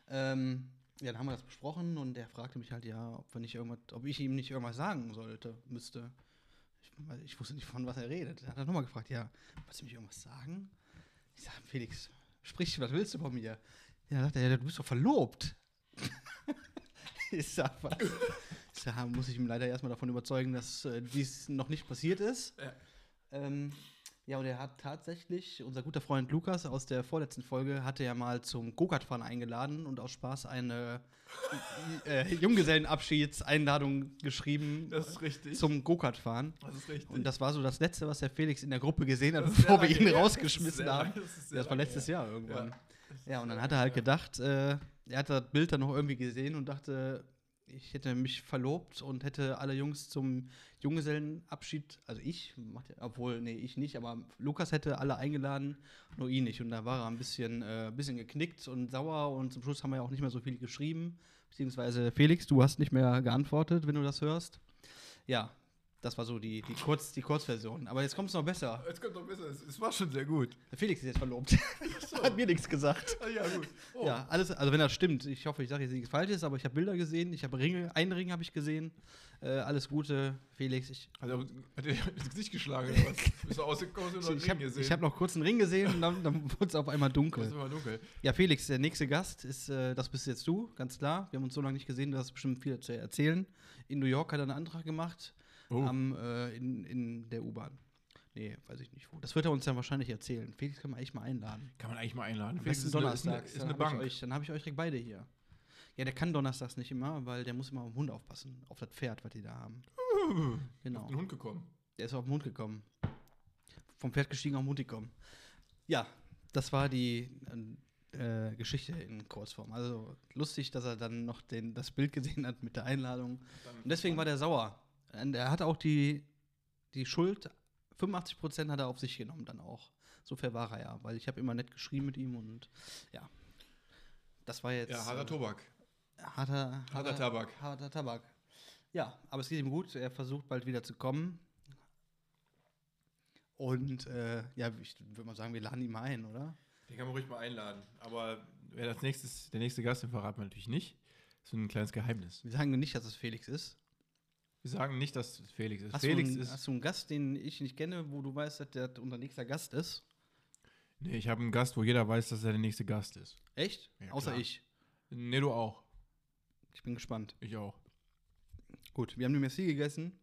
Ähm, ja, dann haben wir das besprochen und er fragte mich halt ja, ob, wir nicht irgendwas, ob ich ihm nicht irgendwas sagen sollte, müsste. Ich, weil ich wusste nicht, von was er redet. Er hat dann nochmal gefragt, ja, willst du mich irgendwas sagen? Ich sage, Felix, sprich, was willst du von mir? Ja, dann sagt er, ja, du bist doch verlobt. [LAUGHS] ich sag, was? Ich sag, muss ich ihm leider erstmal davon überzeugen, dass äh, dies noch nicht passiert ist. Ja. Ähm, ja, und er hat tatsächlich, unser guter Freund Lukas aus der vorletzten Folge, hatte ja mal zum Go-Kart-Fahren eingeladen und aus Spaß eine äh, Junggesellenabschiedseinladung geschrieben Das ist richtig. zum Go-Kart-Fahren. das ist richtig. Und das war so das Letzte, was der Felix in der Gruppe gesehen hat, Das ist sehr bevor wir lange ihn her. Das ist rausgeschmissen sehr haben. lange- das ist sehr Das war lange letztes her. Jahr irgendwann. Ja. Das Ja, ist und dann sehr hat er halt lange her. gedacht, äh, er hat das Bild dann noch irgendwie gesehen und dachte, ich hätte mich verlobt und hätte alle Jungs zum Junggesellenabschied, also ich, macht ja- obwohl, nee, ich nicht, aber Lukas hätte alle eingeladen, nur ihn nicht. Und da war er ein bisschen, äh, bisschen geknickt und sauer und zum Schluss haben wir ja auch nicht mehr so viel geschrieben. Beziehungsweise Felix, du hast nicht mehr geantwortet, wenn du das hörst. Ja, Das war so die, die, Kurz, die Kurzversion. Aber jetzt kommt es noch besser. Jetzt kommt doch besser. Es, es war schon [LAUGHS] sehr gut. Der Felix ist jetzt verlobt. Hat mir nichts gesagt. Ah, ja, gut. Oh. Ja, alles, also wenn das stimmt, ich hoffe, ich sage jetzt nichts Falsches, aber ich habe Bilder gesehen, ich habe Ringe, einen Ring habe ich gesehen. Äh, alles Gute, Felix. Ich, Hat er hat er ins Gesicht geschlagen oder [LAUGHS] was? Bist du ausgekommen und ich habe hab noch kurz einen Ring gesehen und dann, dann wurde es auf einmal Das dunkel. ist immer dunkel. Ja, Felix, der nächste Gast ist, äh, das bist jetzt du, ganz klar. Wir haben uns so lange nicht gesehen, du hast bestimmt viel zu erzählen. In New York hat er einen Antrag gemacht, Oh. am, äh, in, in der U-Bahn. Nee, weiß ich nicht wo. Das wird er uns dann wahrscheinlich erzählen. Felix können wir eigentlich mal einladen. Kann man eigentlich mal einladen. Am besten ist eine, ist eine, Donnerstags. ist eine dann habe Bank. ich, euch- dann hab ich euch direkt beide hier. Ja, der kann Donnerstags nicht immer, weil der muss immer auf den Hund aufpassen. Auf das Pferd, was die da [LAUGHS] haben. Genau. Ein Hund gekommen. Der ist auf den Hund gekommen. Vom Pferd gestiegen auf den Hund gekommen. Ja, das war die äh, Geschichte in Kurzform. Also lustig, dass er dann noch den, das Bild gesehen hat mit der Einladung. Und deswegen war der sauer. Und er hat auch die, die Schuld, 85 Prozent hat er auf sich genommen dann auch. So fair war er ja, weil ich habe immer nett geschrieben mit ihm und ja. Das war jetzt. Ja, harter äh, Tobak. Harter, Harter Tabak. Harter Tabak. Ja, aber es geht ihm gut. Er versucht bald wieder zu kommen. Und äh, ja, ich würde mal sagen, wir laden ihn mal ein, oder? Den kann man ruhig mal einladen. Aber wer das nächste ist, der nächste Gast, den verraten wir natürlich nicht. Das ist ein kleines Geheimnis. Wir sagen nicht, dass es Felix ist. Wir sagen nicht, dass es Felix ist. Hast, Felix du einen, ist. hast du einen Gast, den ich nicht kenne, wo du weißt, dass der unser nächster Gast ist? Nee, ich habe einen Gast, wo jeder weiß, dass er der nächste Gast ist. Echt? Ja, Außer klar. ich. Nee, du auch. Ich bin gespannt. Ich auch. Gut, wir haben die Merci gegessen.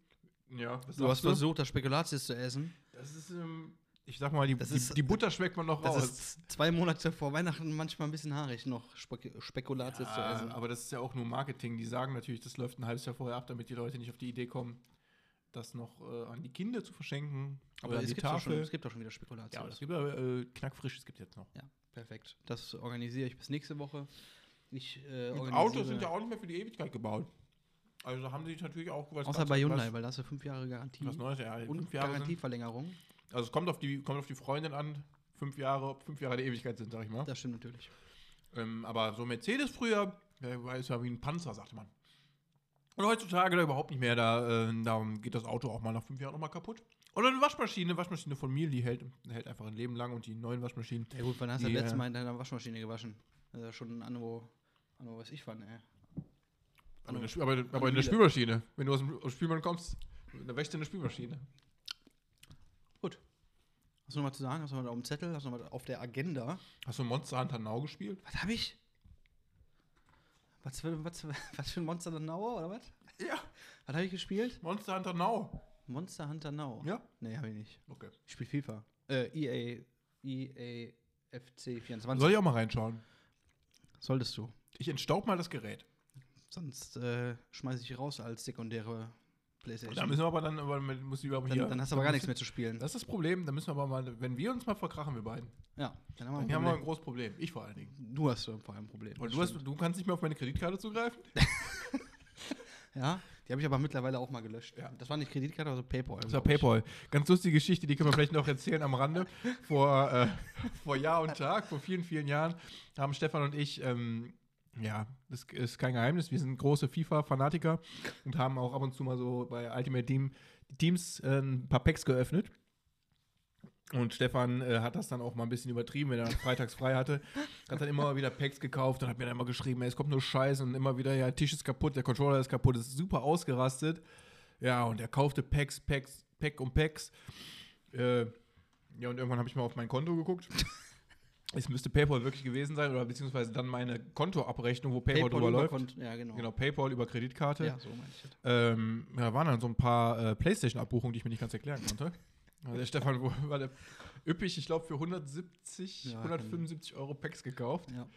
Ja, was Du hast versucht, das Spekulatius zu essen. Das ist, ähm, ich sag mal, die, Das die, ist- die Butter schmeckt man noch Das raus. ist zwei Monate vor Weihnachten manchmal ein bisschen haarig, noch Spek Spekulatius zu Ah, essen. Aber das ist ja auch nur Marketing. Die sagen natürlich, das läuft ein halbes Jahr vorher ab, damit die Leute nicht auf die Idee kommen, das noch äh, an die Kinder zu verschenken. oder an die gibt doch schon, Tafel. es gibt doch schon wieder Spekulatius. ja, das gibt ja äh, knackfrisches gibt jetzt noch. Ja, perfekt. Das organisiere ich bis nächste Woche. Ich, äh, Und organisiere- Autos sind ja auch nicht mehr für die Ewigkeit gebaut. Also da haben sie sich natürlich auch was Außer bei Hyundai, weil da hast du fünf Jahre Garantie. was Neues ja, halt. und fünf Jahre sind, Garantieverlängerung. Also es kommt auf die kommt auf die Freundin an. Fünf Jahre, ob fünf Jahre der Ewigkeit sind, sag ich mal. Das stimmt natürlich. Ähm, aber so Mercedes früher, der war ist ja wie ein Panzer, sagte man. Und heutzutage da überhaupt nicht mehr, da, äh, da geht das Auto auch mal nach fünf Jahren nochmal kaputt. Oder eine Waschmaschine, Waschmaschine von mir, die hält, hält einfach ein Leben lang und die neuen Waschmaschinen. Ja gut, wann hast du Die, das letzte äh, Mal in deiner Waschmaschine gewaschen? Das ist ja schon anno, anno weiß ich wann, ey. Aber in der, Spü- aber, aber in Anobile. der Spülmaschine, wenn du aus dem aus dem Spülmann kommst, dann wäschst du in der Spülmaschine. Hast du noch was zu sagen? Hast du noch was auf dem Zettel? Hast du noch was auf der Agenda? Hast du Monster Hunter Now gespielt? Was habe ich? Was für, [LAUGHS] was, was für ein Monster dann Now, oder was? Ja. Was habe ich gespielt? Monster Hunter Now. Monster Hunter Now. Ja. Nee, habe ich nicht. Okay. Ich spiele FIFA. Äh, E EA, EA FC 24. Soll ich auch mal reinschauen? Solltest du. Ich entstaub mal das Gerät. Sonst äh, schmeiße ich raus als sekundäre Playstation. Oh, Da müssen wir aber dann, aber muss ich überhaupt dann, hier. dann hast du aber gar nichts mehr zu Das spielen. ist das Problem, da müssen wir aber mal, wenn wir uns mal verkrachen, wir beiden. Ja, dann haben wir, ein Dann haben wir ein Problem. großes Problem. Ich vor allen Dingen. Du hast vor allem ein Problem. Und das du, hast, stimmt. du kannst nicht mehr auf meine Kreditkarte zugreifen? ja, die habe ich aber mittlerweile auch mal gelöscht. Ja. Das war nicht Kreditkarte, also PayPal. Das war glaub ich. PayPal. Ganz lustige Geschichte, die können wir vielleicht noch erzählen am [LAUGHS] Rande. Vor, äh, vor Jahr und Tag, vor vielen, vielen Jahren, haben Stefan und ich, ähm, ja, das ist kein Geheimnis, wir sind große FIFA-Fanatiker und haben auch ab und zu mal so bei Ultimate Team, Teams äh, ein paar Packs geöffnet. Und Stefan äh, hat das dann auch mal ein bisschen übertrieben, wenn er freitags frei hatte. Hat dann immer wieder Packs gekauft und hat mir dann immer geschrieben, ey, es kommt nur Scheiße und immer wieder, ja, der Tisch ist kaputt, der Controller ist kaputt, ist super ausgerastet. Ja, und er kaufte Packs, Packs, Pack um Packs. Äh, ja, und irgendwann habe ich mal auf mein Konto geguckt. es müsste PayPal wirklich gewesen sein oder beziehungsweise dann meine Kontoabrechnung, wo PayPal, drüber über läuft. Kont- Ja, genau. Genau, PayPal über Kreditkarte. Ja, so meine ich das. Ähm, ja, waren dann so ein paar äh, PlayStation-Abbuchungen, die ich mir nicht ganz erklären konnte. Also der Stefan wo- war der üppig, ich glaube, für 170, Ja, 175 Euro Packs gekauft Ja.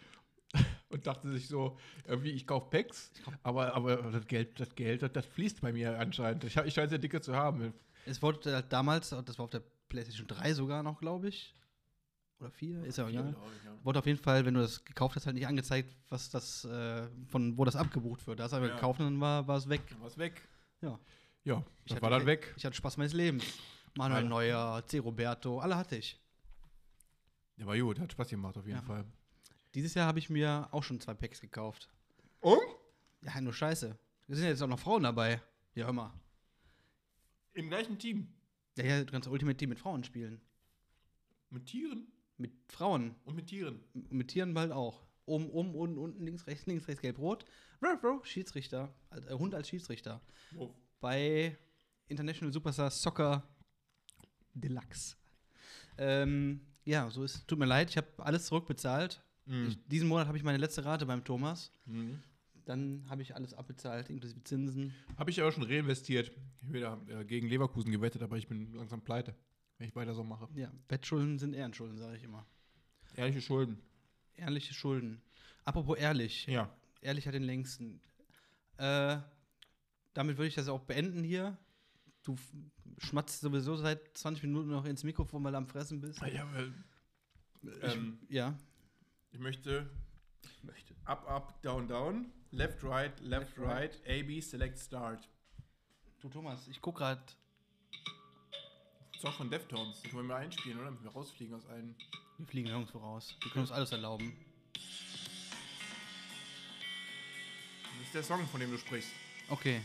und dachte sich so, irgendwie, ich kaufe Packs, aber, aber das Geld, das Geld, das, das fließt bei mir anscheinend. Ich, hab- ich scheine sehr dicke zu haben. Es wurde halt damals, das war auf der PlayStation 3 sogar noch, glaube ich. Oder 4, ist ja auch egal. Wurde auf jeden Fall, wenn du das gekauft hast, halt nicht angezeigt, was das, äh, von wo das abgebucht wird. Da hast du aber Ja. gekauft und dann war, war es weg. Dann war's weg. Ja. Ja, Ich das hatte war dann Pe- weg. Ich hatte Spaß meines Lebens. Manuel Alle. Neuer, C. Roberto, alle hatte ich. Ja, war gut, hat Spaß gemacht auf jeden Ja. Fall. Dieses Jahr habe ich mir auch schon zwei Packs gekauft. Und? Ja, nur Scheiße. Da sind ja jetzt auch noch Frauen dabei. Ja, hör mal. Im gleichen Team. Ja, ja, du kannst Ultimate Team mit Frauen spielen. Mit Tieren Mit Frauen. und mit Tieren. M- Mit Tieren bald auch. Oben, oben, unten, unten, links, rechts, links, rechts, gelb, rot. Ruff, ruff, Schiedsrichter. Als, äh, Hund als Schiedsrichter. Wow. Bei International Superstar Soccer Deluxe. Ähm, ja, so ist. Tut mir leid, ich habe alles zurückbezahlt. Mhm. Ich, diesen Monat habe ich meine letzte Rate beim Thomas. Mhm. Dann habe ich alles abbezahlt, inklusive Zinsen. Habe ich aber schon reinvestiert. Ich habe wieder äh, gegen Leverkusen gewettet, aber ich bin langsam pleite, wenn ich weiter so mache. Ja, Bettschulden sind Ehrenschulden, sage ich immer. Ehrliche Schulden. Ehrliche Schulden. Apropos ehrlich. Ja. Ehrlich hat den längsten. Äh, damit würde ich das auch beenden hier. Du f- schmatzt sowieso seit 20 Minuten noch ins Mikrofon, weil du am Fressen bist. ja weil, ähm, Ja. ich möchte Möchte. Up, up, down, down. Left, right, left, right. A, B, select, start. Du Thomas, ich guck gerade. Song von Deftones. Den können wir mal einspielen, oder? Damit wir rausfliegen aus allen. Wir fliegen nirgendwo raus. Wir können uns alles erlauben. Das ist der Song, von dem du sprichst. Okay.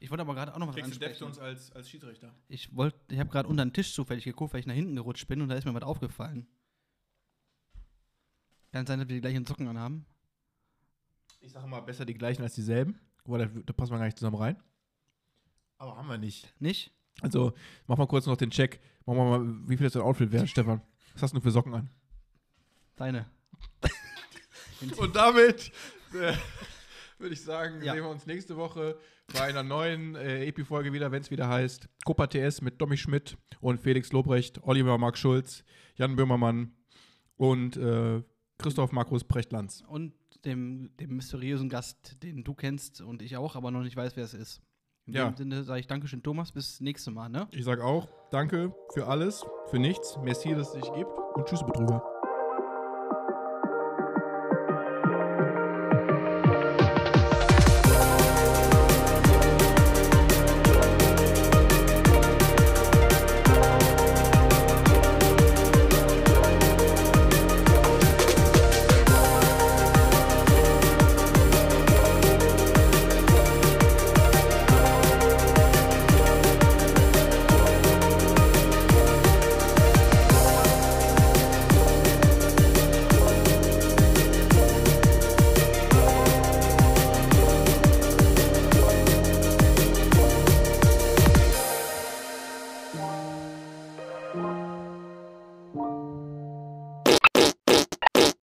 Ich wollte aber gerade auch noch was Kriegst du ansprechen. Deftones als, als Schiedsrichter? Ich wollte, ich habe gerade unter den Tisch zufällig geguckt, weil ich nach hinten gerutscht bin und da ist mir was aufgefallen. Kann sein, dass wir die gleichen Socken anhaben. Ich sage mal, besser die gleichen als dieselben. Boah, da, da passen wir gar nicht zusammen rein. Aber haben wir nicht. Nicht? Also, mach mal kurz noch den Check. Machen wir mal, wie viel ist dein Outfit wert, Stefan? Was hast du für Socken an? Deine. Und damit äh, würde ich sagen, Ja. sehen wir uns nächste Woche bei einer neuen äh, EP-Folge wieder, wenn es wieder heißt. Copa TS mit Tommy Schmidt und Felix Lobrecht, Oliver Marc Schulz, Jan Böhmermann und äh, Christoph Markus Prechtlanz. Und dem, dem mysteriösen Gast, den du kennst und ich auch, aber noch nicht weiß, wer es ist. In Ja. dem Sinne sage ich Dankeschön, Thomas. Bis nächste Mal, ne? Ich sage auch, danke für alles, für nichts. Merci, dass es dich gibt und tschüss, Betrüger.